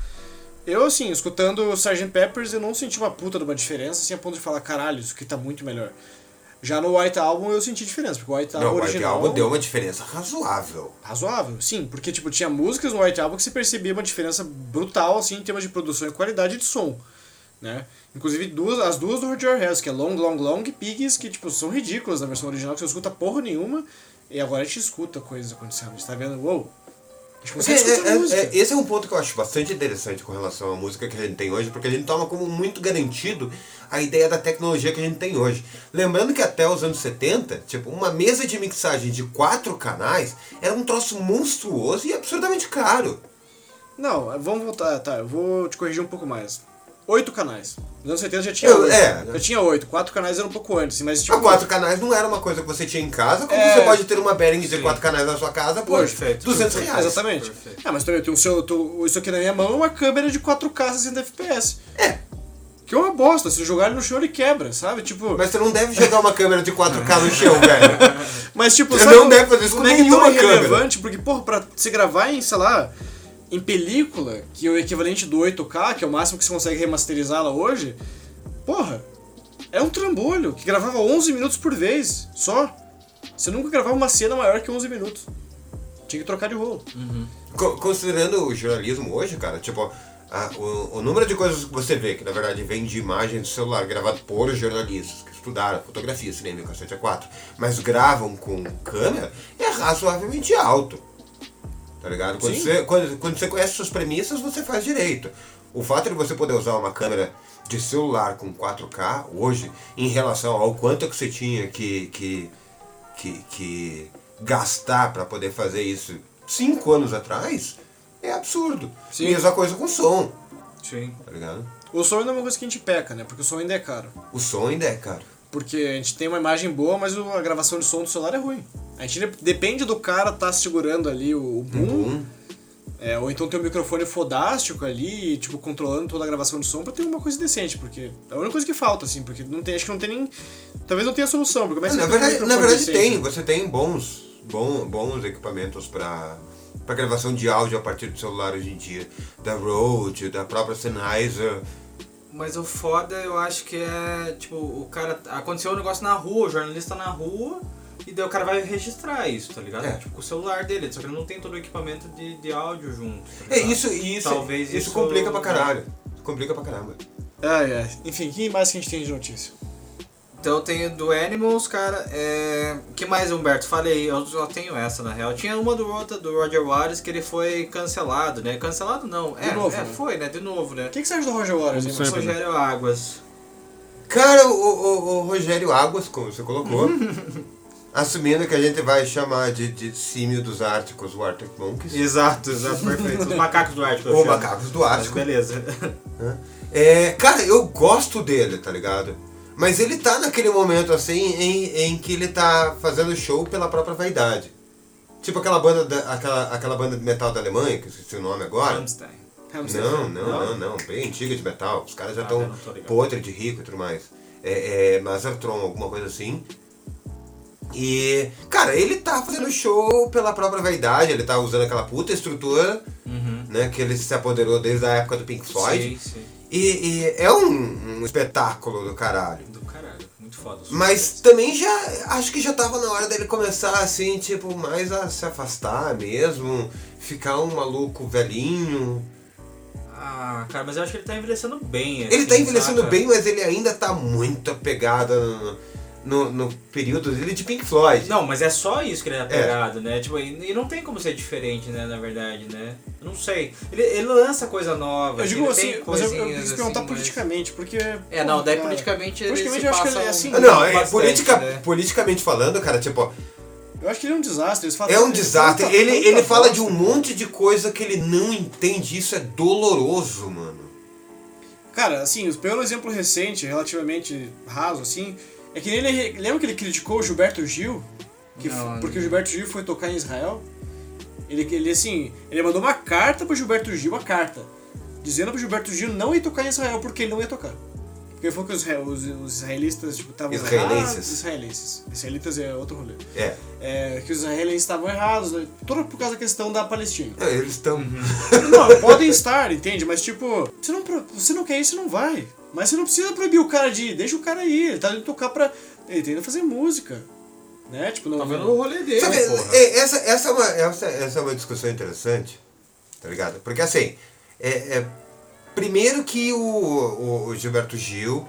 S1: Eu, assim, escutando o Sgt. Peppers, eu não senti uma puta de uma diferença, assim, a ponto de falar, caralho, isso aqui tá muito melhor. Já no White Album eu senti diferença, porque o White Album
S2: Não, o White
S1: Tá original...
S2: Album deu uma diferença razoável.
S1: Razoável, sim, porque, tipo, tinha músicas no White Album que você percebia uma diferença brutal, assim, em termos de produção e qualidade de som, né? Inclusive duas, as duas do Roger Harris, que é Long, Long, Long e Piggies, que, tipo, são ridículas na versão original, que você não escuta porra nenhuma, e agora a gente escuta coisas acontecendo, a gente tá vendo, uou, a gente
S2: Porque
S1: consegue escutar
S2: é- é-
S1: música.
S2: é- esse é um ponto que eu acho bastante interessante com relação à música que a gente tem hoje, porque a gente toma como muito garantido a ideia da tecnologia que a gente tem hoje. Lembrando que até os anos 70, tipo, uma mesa de mixagem de quatro canais era um troço monstruoso e absurdamente caro.
S1: Não, vamos voltar. Tá, eu vou te corrigir um pouco mais. Oito canais. Nos anos 70 já tinha
S2: Eu-
S1: oito.
S2: é.
S1: Já tinha oito. Quatro canais era um pouco antes, mas tipo...
S2: A quatro canais não era uma coisa que você tinha em casa, como
S1: É,
S2: você pode ter uma Behring de quatro canais na sua casa por
S3: Perfeito.
S2: 200
S1: é,
S2: reais.
S1: Exatamente. Ah, mas também eu tenho o seu, tu- isso aqui na minha mão é uma câmera de 4K 60 FPS.
S2: É.
S1: Que é uma bosta. Se eu jogar ele no chão, ele quebra, sabe? Tipo...
S2: Mas você não deve jogar uma câmera de 4K no chão, velho.
S1: Mas tipo,
S2: Você
S1: sabe
S2: não
S1: como-
S2: deve fazer isso com
S1: como é que
S2: nenhuma
S1: tão
S2: câmera.
S1: irrelevante? Porque, porra, pra se gravar em, sei lá, em película, que é o equivalente do 8K, que é o máximo que você consegue remasterizá-la hoje, porra, é um trambolho que gravava 11 minutos por vez, só. Você nunca gravava uma cena maior que 11 minutos. Tinha que trocar de rolo.
S2: Co- Considerando o jornalismo hoje, cara, tipo, a- o, o número de coisas que você vê, que na verdade vem de imagens do celular, gravado por jornalistas que estudaram fotografia, cinema, e cassete a 4, mas gravam com câmera, é razoavelmente alto. Tá ligado? Quando
S1: Sim.
S2: você, quando, quando você conhece suas premissas, você faz direito. O fato de você poder usar uma câmera de celular com 4K hoje, em relação ao quanto que você tinha que, que, que, que gastar para poder fazer isso cinco anos atrás, é absurdo.
S1: Sim.
S2: Mesma coisa com som,
S3: Sim.
S2: tá ligado?
S1: O som ainda é uma coisa que a gente peca, né? Porque o som ainda é caro.
S2: O som ainda é caro.
S1: Porque a gente tem uma imagem boa, mas o- a gravação de som do celular é ruim. A gente de- depende do cara tá segurando ali o, o boom,
S2: Boom.
S1: É, ou então ter um microfone fodástico ali, tipo, controlando toda a gravação de som pra ter uma coisa decente, porque é a única coisa que falta, assim, porque não tem, acho que não tem nem. Talvez não tenha solução, porque começa
S2: Ah, na
S1: a ter um
S2: verdade, na
S1: microfone
S2: verdade
S1: decente.
S2: tem, você tem bons, bom, bons equipamentos para para gravação de áudio a partir do celular hoje em dia, da Rode, da própria Sennheiser.
S3: Mas o foda eu acho que é, tipo, o cara. Aconteceu um negócio na rua, o jornalista na rua, e daí o cara vai registrar isso, tá ligado?
S2: É.
S3: Tipo, com o celular dele, só que ele não tem todo o equipamento de, de áudio junto. tá
S2: É
S3: ligado?
S2: isso, isso,
S3: Talvez
S2: isso,
S3: isso-
S2: complica pra caralho. Complica pra caramba.
S1: Ai, ai. Ah, é. Enfim, o que mais que a gente tem de notícia?
S3: Então tem do Animals, cara. É... que mais, Humberto? Falei, eu só tenho essa na real. Tinha uma do, Rota- do Roger Waters que ele foi cancelado, né? Cancelado não. é,
S1: novo,
S3: é,
S1: né?
S3: foi, né? De novo, né?
S1: O que, que você acha do Roger Waters, hein,
S4: Como
S1: Marcelo?
S4: sempre.
S3: Rogério Águas.
S2: Cara, o, o- o Rogério Águas, como você colocou, assumindo que a gente vai chamar de, de símio dos Árticos, o Arctic Monkeys,
S3: Exato, exato, perfeito. Os macacos do Ártico. eu
S2: ou
S3: chamo.
S2: macacos do
S3: Mas
S2: Ártico.
S3: beleza.
S2: né? É, cara, eu gosto dele, tá ligado? Mas ele tá naquele momento assim em, em que ele tá fazendo show pela própria vaidade. Tipo aquela banda, da- aquela, aquela banda de metal da Alemanha, que eu esqueci o nome agora.
S3: Rammstein.
S1: Hamster.
S2: Não, não, não, não. Bem antiga de metal. Os caras já
S3: Ah, eu
S2: estão
S3: não tô ligado.
S2: podre de rico e tudo mais. É, é Mazatron, alguma coisa assim. E, cara, ele tá fazendo show pela própria vaidade, ele tá usando aquela puta estrutura, né, que ele se apoderou desde a época do Pink Floyd.
S3: Uhum. Sim, sim.
S2: E, e é um, um espetáculo do caralho.
S3: Do caralho, muito foda.
S2: Mas também já acho que já tava na hora dele começar assim, tipo, mais a se afastar mesmo, ficar um maluco velhinho.
S3: Ah, cara, mas eu acho que ele tá envelhecendo bem.
S2: Ele
S3: assim,
S2: tá envelhecendo
S3: saca?
S2: bem, mas ele ainda tá muito apegado no, no, no período dele de Pink Floyd.
S3: Não, mas é só isso que ele é apegado, né? Tipo, e e não tem como ser diferente, né, na verdade, né? Eu não sei. Ele, ele lança coisa nova.
S1: Eu digo
S3: ele
S1: assim,
S3: tem
S1: mas eu, eu
S3: coisinhas,
S1: quis perguntar
S3: assim, mas-
S1: politicamente, porque.
S3: É, não, daí
S1: cara,
S3: politicamente ele
S1: politicamente
S3: se
S1: eu acho que
S3: passa
S1: ele é
S3: um-
S1: assim,
S2: Ah, Não, é,
S3: bastante,
S2: politica,
S3: né?
S2: politicamente falando, cara, tipo,
S1: Eu acho que ele é um desastre. eles falam-
S2: é um
S1: eles
S2: desastre.
S1: falam
S2: Ele,
S1: tanta
S2: ele fala de um
S1: bosta.
S2: monte de coisa que ele não entende, isso é doloroso, mano.
S1: Cara, assim, o pelo exemplo recente, relativamente raso, assim, é que nem ele. Lembra que ele criticou o Gilberto Gil? Que f-
S3: Não,
S1: porque o Gilberto Gil foi tocar em Israel? Ele, ele, assim, ele mandou uma carta pro Gilberto Gil, uma carta, dizendo pro Gilberto Gil não ir tocar em Israel porque ele não ia tocar. Porque foi que os, israel- os, os israelistas tipo, estavam
S2: Israelenses.
S1: errados. Israelenses. Israelitas é outro rolê.
S2: É.
S1: É, que os israelenses estavam errados, né? tudo por causa da questão da Palestina.
S2: Não, Eles estão.
S3: Uhum.
S1: Não, podem estar, entende? Mas tipo, você não, pro- você não quer ir, você não vai. Mas você não precisa proibir o cara de ir, deixa o cara ir. Ele tá indo tocar pra. Ele tá indo fazer música. Né? Tipo, não.
S3: Tá vendo o rolê dele,
S2: Sabe,
S3: porra.
S2: é, essa, essa, é uma, essa, essa é uma discussão interessante, tá ligado? Porque assim, é, é, primeiro que o, o, o Gilberto Gil,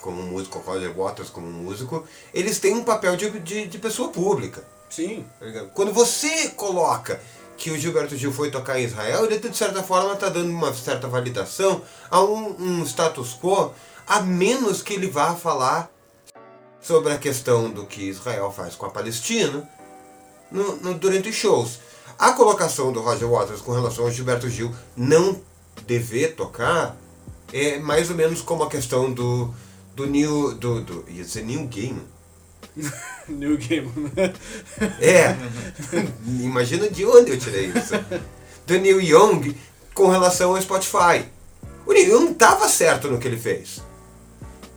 S2: como músico, o Roger Waters como músico, eles têm um papel de, de, de pessoa pública.
S1: Sim.
S2: tá ligado? Quando você coloca que o Gilberto Gil foi tocar em Israel, ele de certa forma está dando uma certa validação a um, um status quo, a menos que ele vá falar sobre a questão do que Israel faz com a Palestina no- no- durante os shows. A colocação do Roger Waters com relação ao Gilberto Gil não dever tocar é mais ou menos como a questão do do New do, do ia dizer New Game
S1: New Game.
S2: é. Imagina de onde eu tirei isso. Do Neil Young com relação ao Spotify. O Neil Young tava certo no que ele fez.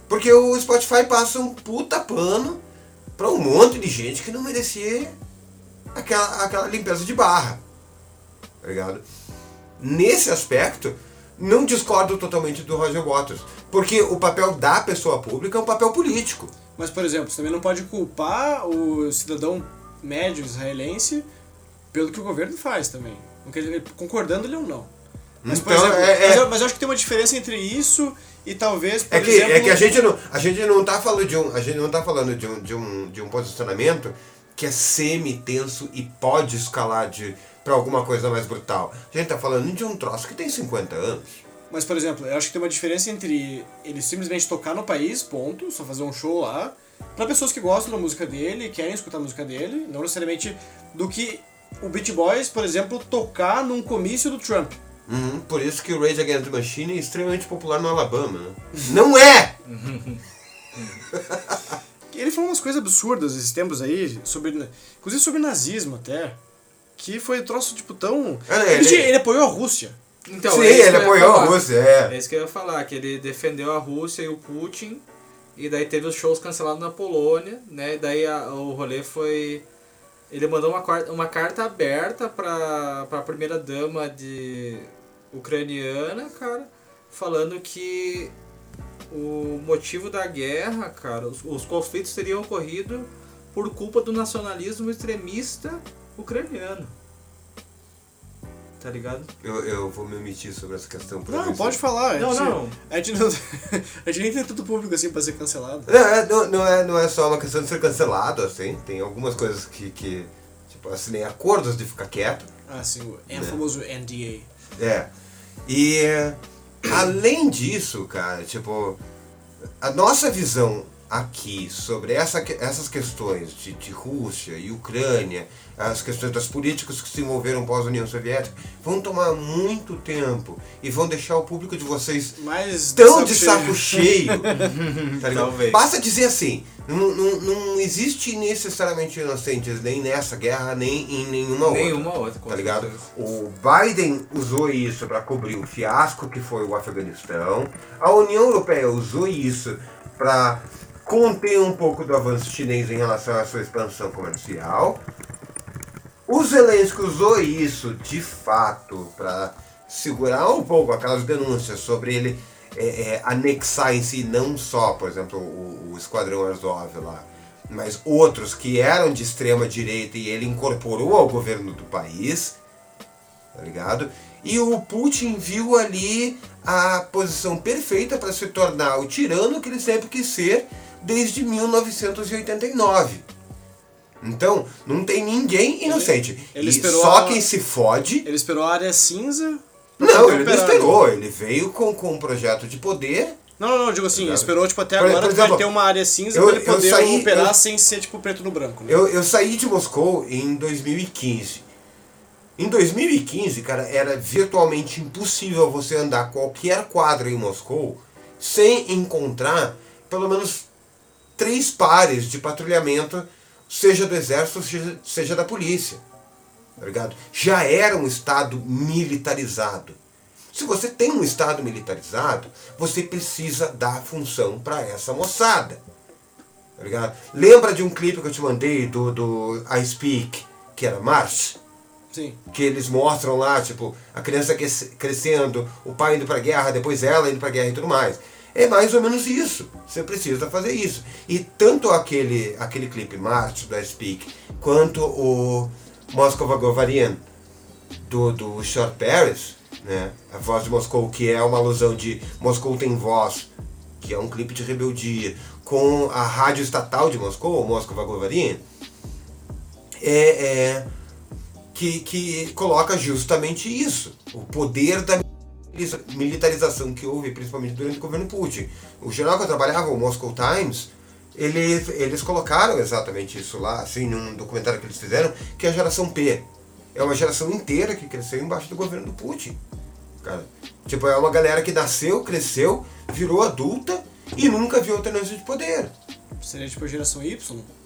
S2: Porque o Spotify passa um puta pano pra um monte de gente que não merecia aquela, aquela limpeza de barra. Tá ligado? Nesse aspecto, não discordo totalmente do Roger Waters. Porque o papel da pessoa pública é um papel político.
S1: Mas, por exemplo, você também não pode culpar o cidadão médio israelense pelo que o governo faz também. Não quer dizer- Concordando ele ou não. Mas, por
S2: Então,
S1: exemplo,
S2: é- é-
S1: Mas, eu, mas eu acho que tem uma diferença entre isso e talvez, por
S2: É que,
S1: exemplo...
S2: é
S3: um-
S2: que a gente não a gente não tá falando de um a gente não tá falando de um de um, de um posicionamento que é semi tenso e pode escalar de para alguma coisa mais brutal. A gente tá falando de um troço que tem 50 anos.
S1: Mas, por exemplo, eu acho que tem uma diferença entre ele simplesmente tocar no país, ponto, só fazer um show lá, pra pessoas que gostam da música dele, querem escutar a música dele, não necessariamente do que o Beat Boys, por exemplo, tocar num comício do Trump.
S2: Uhum, por isso que o Rage Against the Machine é extremamente popular no Alabama, né?
S3: Uhum.
S2: Não é!
S1: Ele falou umas coisas absurdas esses tempos aí, sobre, inclusive sobre nazismo até, que foi um troço, tipo, tão...
S2: É,
S1: ele,
S2: ele-
S1: tinha- ele apoiou a Rússia.
S3: Então,
S2: Sim,
S3: é isso que
S2: ele
S3: eu ia
S2: apoiou a
S3: falar.
S2: Rússia, é.
S3: É isso que eu ia falar, que ele defendeu a Rússia e o Putin, e daí teve os shows cancelados na Polônia, né? E daí a- o rolê foi. Ele mandou uma, quarta- uma carta aberta pra, pra primeira dama de ucraniana, cara, falando que o motivo da guerra, cara, os, os conflitos teriam ocorrido por culpa do nacionalismo extremista ucraniano. Tá ligado?
S2: Eu, eu vou me omitir sobre essa questão. por
S1: Não,
S2: exemplo.
S1: pode falar. a
S3: Não,
S1: gente-
S3: não.
S1: A gente, não, a gente nem tem tanto público assim pra ser cancelado.
S2: Não, é- não, não é, não é só uma questão de ser cancelado, assim. Tem algumas coisas que, que tipo, assinei acordos de ficar quieto.
S1: Ah, sim, o é famoso NDA.
S2: É. E além disso, cara, tipo, a nossa visão aqui sobre essa, que- essas questões de, de Rússia e Ucrânia, as questões das políticas que se envolveram pós-União Soviética, vão tomar muito tempo e vão deixar o público de vocês
S1: Mas.
S2: tão de
S1: saco
S2: saco cheio. tá ligado?
S5: Talvez.
S2: Passa a dizer assim: não, não, não existe necessariamente inocentes nem nessa guerra, nem em nenhuma outra
S3: Nenhuma outra, com
S2: tá ligado?
S3: certeza.
S2: O Biden usou isso para cobrir o fiasco que foi o Afeganistão. A União Europeia usou isso para conter um pouco do avanço chinês em relação à sua expansão comercial. O Zelensky usou isso de fato para segurar um pouco aquelas denúncias sobre ele é, é, anexar em si não só, por exemplo, o, o Esquadrão Azov lá, mas outros que eram de extrema direita e ele incorporou ao governo do país, tá ligado? E o Putin viu ali a posição perfeita para se tornar o tirano que ele sempre quis ser desde 1989. Então, não tem ninguém inocente.
S1: ele
S2: e
S1: esperou
S2: só
S1: a-
S2: quem se fode
S1: Ele esperou a área cinza. pra
S2: não,
S1: poder
S2: ele não
S1: operar.
S2: esperou, ele veio com, com um projeto de poder.
S1: Não, não, não, digo assim,
S2: Obrigado.
S1: esperou, tipo, até
S2: Por-
S1: agora
S2: por
S1: tu vai
S2: exemplo,
S1: ter uma área cinza
S2: eu-
S1: pra ele
S2: eu
S1: poder
S2: saí-
S1: operar
S2: eu-
S1: sem ser, tipo, preto no branco, né?
S2: Eu, eu saí de Moscou em 2015. Em 2015, cara, era virtualmente impossível você andar qualquer quadra em Moscou sem encontrar pelo menos três pares de patrulhamento, seja do exército, seja, seja da polícia. Tá ligado? Já era um estado militarizado. Se você tem um Estado militarizado, você precisa dar função para essa moçada. Tá ligado? Lembra de um clipe que eu te mandei do, do I Speak, que era March?
S1: Sim.
S2: que eles mostram lá, tipo, a criança cres- crescendo, o pai indo pra guerra, depois ela indo pra guerra e tudo mais. É mais ou menos isso. Você precisa fazer isso. E tanto aquele, aquele clipe March do I Speak, quanto o Moscova Govarian do, do Short Paris, né? A voz de Moscou, que é uma alusão de Moscou tem voz, que é um clipe de rebeldia, com a rádio estatal de Moscou, Moscova Govarian, é, é, que, que coloca justamente isso, o poder da milita- militarização que houve, principalmente durante o governo Putin. O jornal que eu trabalhava, o Moscow Times, eles, eles colocaram exatamente isso lá, assim, num documentário que eles fizeram, que é a geração P. É uma geração inteira que cresceu embaixo do governo do Putin. Cara, tipo, é uma galera que nasceu, cresceu, virou adulta e nunca viu alternância de poder.
S1: Seria tipo a geração Y,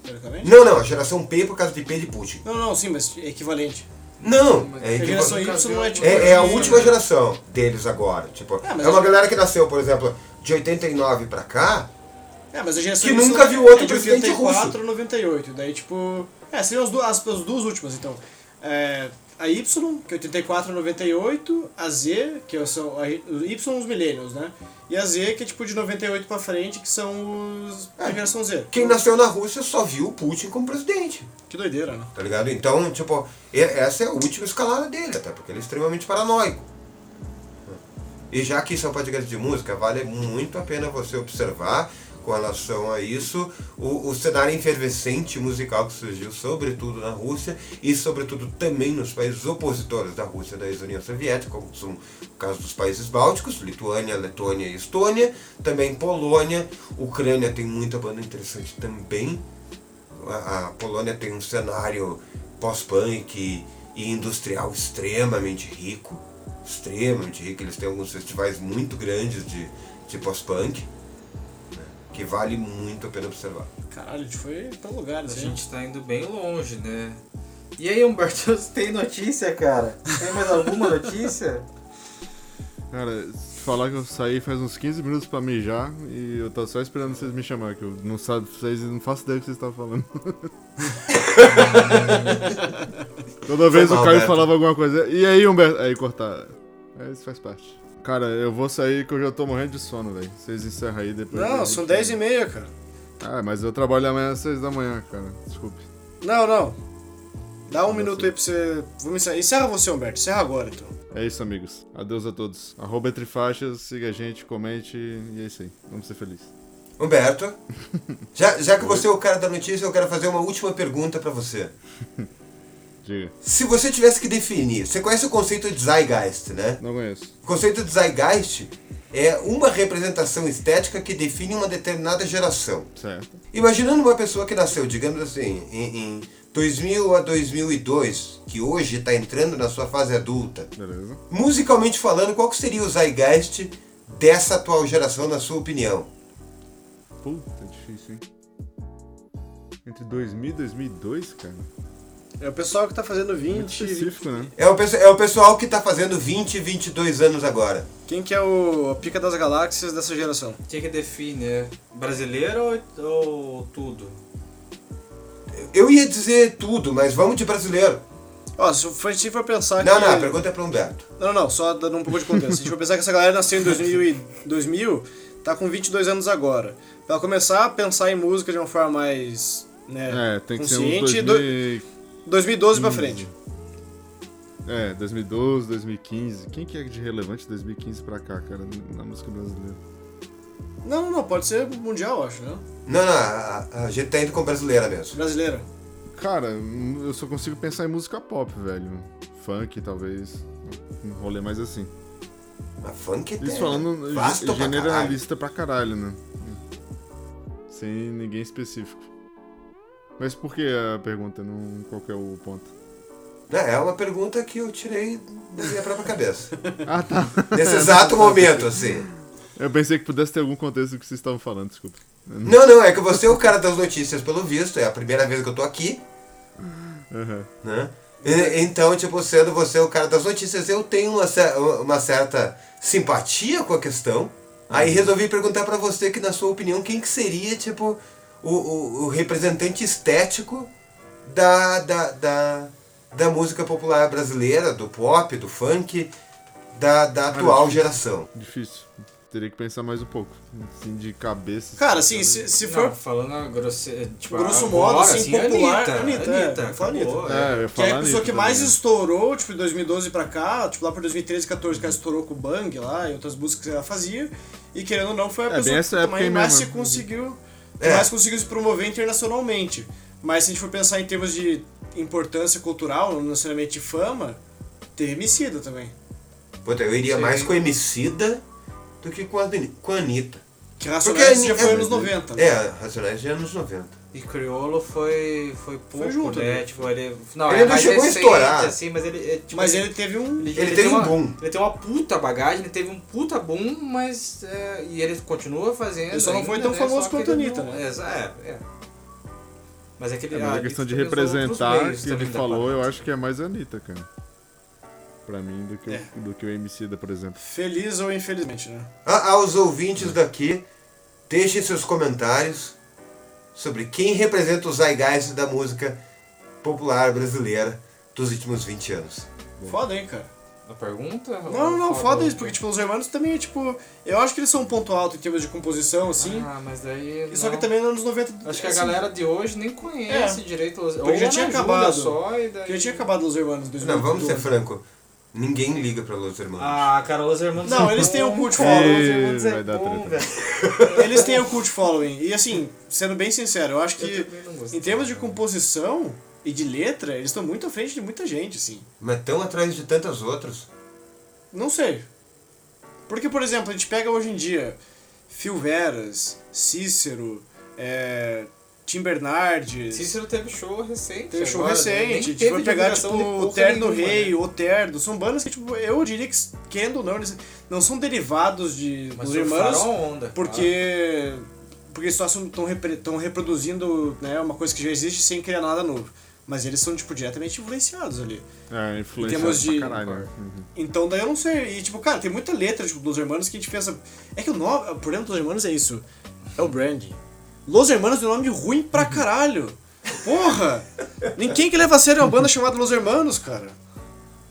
S1: teoricamente?
S2: Não, não, a geração P por causa de P de Putin.
S1: Não, não, sim, mas é equivalente.
S2: Não, é
S1: a geração
S2: equivalente.
S1: Y não é tipo.
S2: É, é a
S1: de-
S2: última geração deles agora. Tipo,
S1: É, mas
S2: é uma
S1: eu-
S2: galera que nasceu, por exemplo, de 89 pra cá.
S1: É, mas a geração
S2: que
S1: Y
S2: nunca viu outro
S1: é de
S2: presidente
S1: 84 a 98. Daí, tipo. É, seriam as duas, as, as duas últimas, então. É, a Y, que é 84 a 98. A Z, que são. A, o y são os millennials, né? E a Z, que é tipo de 98 pra frente, que são os. A geração Z.
S2: É, Quem nasceu na Rússia só viu o Putin como presidente.
S1: Que doideira, né?
S2: Tá ligado? Então, tipo, e- essa é a última escalada dele, até porque ele é extremamente paranoico. E já que isso é um podcast de música, vale muito a pena você observar com relação a isso o, o cenário efervescente musical que surgiu, sobretudo na Rússia e, sobretudo, também nos países opositores da Rússia da ex-União Soviética, como são o caso dos países bálticos, Lituânia, Letônia e Estônia, também Polônia, Ucrânia tem muita banda interessante também, a, a Polônia tem um cenário pós-punk e industrial extremamente rico. Extremamente rico. Eles têm alguns festivais muito grandes de, de pós-punk. né, Que vale muito a pena observar.
S1: Caralho, a gente foi pra lugar,
S3: A
S1: assim.
S3: gente tá indo bem longe, né? E aí, Humberto, você tem notícia, cara? Tem mais alguma notícia?
S4: Cara, se falar que eu saí faz uns 15 minutos pra mijar e eu tô só esperando vocês me chamar, que eu não sabe, vocês não faço ideia do que vocês estavam falando. Toda vez
S2: mal,
S4: o Caio
S2: Beto.
S4: falava alguma coisa. E aí, Humberto? Aí cortar. É, isso faz parte. Cara, eu vou sair que eu já tô morrendo de sono, velho. Vocês encerram aí depois.
S1: Não,
S4: da
S1: são
S4: gente-
S1: 10 e meia, cara.
S4: Ah, mas eu trabalho amanhã às 6 da manhã, cara. Desculpe.
S1: Não, não. Dá um
S4: assim?
S1: minuto aí pra você. Vamos encerrar. Encerra você, Humberto. Encerra agora, então.
S4: É isso, amigos. Adeus a todos. Arroba entre faixas, siga a gente, comente e é isso aí. Vamos ser felizes.
S2: Humberto, já, já que você é o cara da notícia, eu quero fazer uma última pergunta pra você.
S4: Diga.
S2: Se você tivesse que definir, você conhece o conceito de zeitgeist, né?
S4: Não conheço.
S2: O conceito de zeitgeist é uma representação estética que define uma determinada geração.
S4: Certo.
S2: Imaginando uma pessoa que nasceu, digamos assim, em, em 2000 a 2002, que hoje está entrando na sua fase adulta,
S4: Beleza.
S2: musicalmente falando, qual que seria o zeitgeist dessa atual geração, na sua opinião?
S4: Puta, é difícil, hein? Entre 2000 e 2002, cara?
S1: É o pessoal que tá fazendo
S4: Muito
S1: 20.
S4: específico, né?
S2: É o, pesso- é o pessoal que está fazendo 20, 22 anos agora.
S1: Quem que é o a pica das galáxias dessa geração?
S3: O que que define? é Brasileiro ou, ou tudo?
S2: Eu ia dizer tudo, mas vamos de brasileiro.
S1: Ó, se for- se for pensar
S2: Não,
S1: que...
S2: não, a pergunta é para Humberto.
S1: Não, não, não, só dando um pouco de contexto. Se a gente for pensar que essa galera nasceu em 2000, e 2000 tá com 22 anos agora. Pra ela começar a pensar em música de uma forma mais, né,
S4: É, tem que ser uns
S1: consciente,
S4: 2000...
S1: do-
S4: e-
S1: 2012 pra frente.
S4: É, 2012, 2015. Quem que é de relevante de 2015 pra cá, cara, na música brasileira?
S1: Não, não, não, pode ser mundial, eu acho, né?
S2: Não, não, a, a- a gente tá indo com brasileira mesmo.
S1: Brasileira.
S4: Cara, eu só consigo pensar em música pop, velho. Funk, talvez. Um rolê mais assim.
S2: A funk
S4: Isso
S2: tem,
S4: falando
S2: né? Vasto
S4: ge-
S2: pra caralho.
S4: generalista pra caralho, né? Sem ninguém específico. Mas por que a pergunta? Não, qual que é o ponto?
S2: É, é uma pergunta que eu tirei da minha própria cabeça.
S4: Ah, tá.
S2: Nesse exato momento, assim.
S4: Eu pensei que pudesse ter algum contexto do que vocês estavam falando, desculpa.
S2: Não, não, é que você é o cara das notícias, pelo visto, é a primeira vez que eu tô aqui,
S4: Aham.
S2: né? E- Então, tipo, sendo você o cara das notícias, eu tenho uma, cer- uma certa simpatia com a questão. Aí resolvi perguntar pra você que, na sua opinião, quem que seria, tipo, o, o, o representante estético da, da, da, da música popular brasileira, do pop, do funk, da, da atual geração.
S4: Difícil. Teria que pensar mais um pouco. Assim, de cabeça.
S1: Cara, assim, se, se
S3: Não,
S1: for.
S3: falando a grosse... tipo,
S1: Grosso modo,
S3: agora,
S1: assim, popular,
S3: Anitta,
S1: Anitta,
S3: Anitta,
S1: é,
S3: acabou,
S1: Anitta.
S3: é.
S4: É, eu ia
S1: Que é a
S4: falar
S1: pessoa
S4: nisso
S1: que mais
S4: também.
S1: estourou, tipo, de 2012 pra cá, tipo, lá por 2013, 14, que ela estourou com o Bang lá e outras músicas que ela fazia. E querendo ou não, foi a
S4: É, bem
S1: pessoa
S4: essa
S1: que
S4: época aí
S1: também mais se
S4: mesmo.
S1: conseguiu. que
S2: É.
S1: mais conseguiu se promover internacionalmente. Mas se a gente for pensar em termos de importância cultural, não necessariamente de fama, teve Emicida também.
S2: Puta, eu iria
S3: Sim.
S2: mais com a Emicida do que com a, Dani- com a Anitta.
S1: Que Racionais
S2: Ani-
S1: já foi
S2: é-
S1: anos 90. né?
S2: É, Racionais de anos 90.
S3: E Criolo foi, foi pouco,
S1: junto,
S3: né?
S1: né?
S3: Tipo, ele... Não,
S2: Ele
S3: é
S2: não
S3: mais
S2: chegou a
S3: recente,
S2: estourar.
S3: assim, mas ele... é, tipo,
S1: Mas ele teve um.
S2: Ele teve
S3: tem
S2: um
S3: uma-
S2: boom.
S3: Ele tem uma puta bagagem, ele teve um puta boom, mas. é, e ele continua fazendo.
S1: Ele só não foi
S3: ainda,
S1: tão
S3: né?
S1: famoso
S3: Só
S1: quanto
S3: que ele
S1: a Anitta,
S3: não-
S1: né?
S3: É, exa- é, é. Mas é aquele.
S4: É, mas a questão de representar que ele falou, eu acho que é mais a Anitta, cara. Pra mim, do que, o-
S1: É.
S4: do que o MC da, por exemplo.
S1: Feliz ou infelizmente, né?
S2: A- aos Ah, ouvintes daqui, deixem seus comentários sobre quem representa o zeitgeist da música popular brasileira dos últimos 20 anos.
S1: Foda, hein, cara.
S3: A pergunta?
S1: Não, não, não, foda isso, porque,
S3: né?
S1: tipo, os hermanos também, tipo, eu acho que eles são um ponto alto em termos de composição, assim.
S3: Ah, mas daí.
S1: e só que
S3: não.
S1: também nos anos 90.
S3: Acho que a
S1: assim, é.
S3: galera de hoje nem conhece direito. os-
S1: Porque
S3: ou
S1: já tinha
S3: Ana Júlia
S1: acabado.
S3: Só, e daí...
S1: Porque eu tinha acabado os hermanos em 2000.
S2: Não, vamos ser franco. Ninguém liga pra Los Hermanos.
S5: Ah, cara, os irmãos.
S1: Não, eles têm um cult
S4: Ih,
S1: following.
S4: vai dar treta.
S1: Eles têm o cult following. E assim, sendo bem sincero, eu acho que
S3: também não gosto.
S1: em termos de composição e de letra, eles estão muito à frente de muita gente, assim.
S2: Mas tão atrás de tantas outras.
S1: Não sei. Porque, por exemplo, a gente pega hoje em dia Phil Veras, Cícero, é, Tim Bernardes.
S3: Cícero teve show recente.
S1: Tem um show
S3: agora, né? Nem
S1: recente, a gente
S3: teve
S1: foi pegar
S3: divulgação
S1: tipo
S3: de porra
S1: o Terno
S3: nenhuma,
S1: Rei,
S3: né?
S1: o Terno, são bandas que tipo, eu diria que, querendo ou não, eles não são derivados de,
S3: Mas né?
S1: dos irmãos,
S3: surfaram a onda.
S1: porque porque eles só estão reproduzindo né, uma coisa que já existe sem criar nada novo. Mas eles são tipo diretamente influenciados ali.
S4: É, influência pra
S1: Temos de-
S4: caralho. né? Uhum.
S1: Então daí eu não sei. E tipo, cara, tem muita letra tipo, dos Hermanos que a gente pensa. É que o nome. O problema dos Hermanos é isso. É o branding. Los Hermanos é um nome ruim pra caralho. Porra! Ninguém que leva a sério é uma banda chamada Los Hermanos, cara.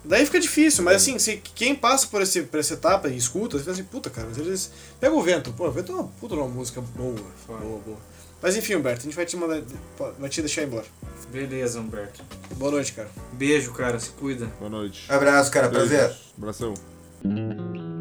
S1: Daí fica difícil, mas assim, se quem passa por, esse, por essa etapa e escuta, você pensa assim, puta, cara, mas eles. Pega o vento, pô, o vento é uma puta de uma música boa. Boa, boa. Mas enfim, Humberto, a gente vai te mandar. Vai te deixar embora.
S3: Ah, Beleza, Humberto.
S1: Boa noite, cara.
S3: Beijo, cara. Se cuida.
S1: É,
S4: Boa noite.
S2: Abraço, cara. Prazer.
S4: Abração.
S6: Thank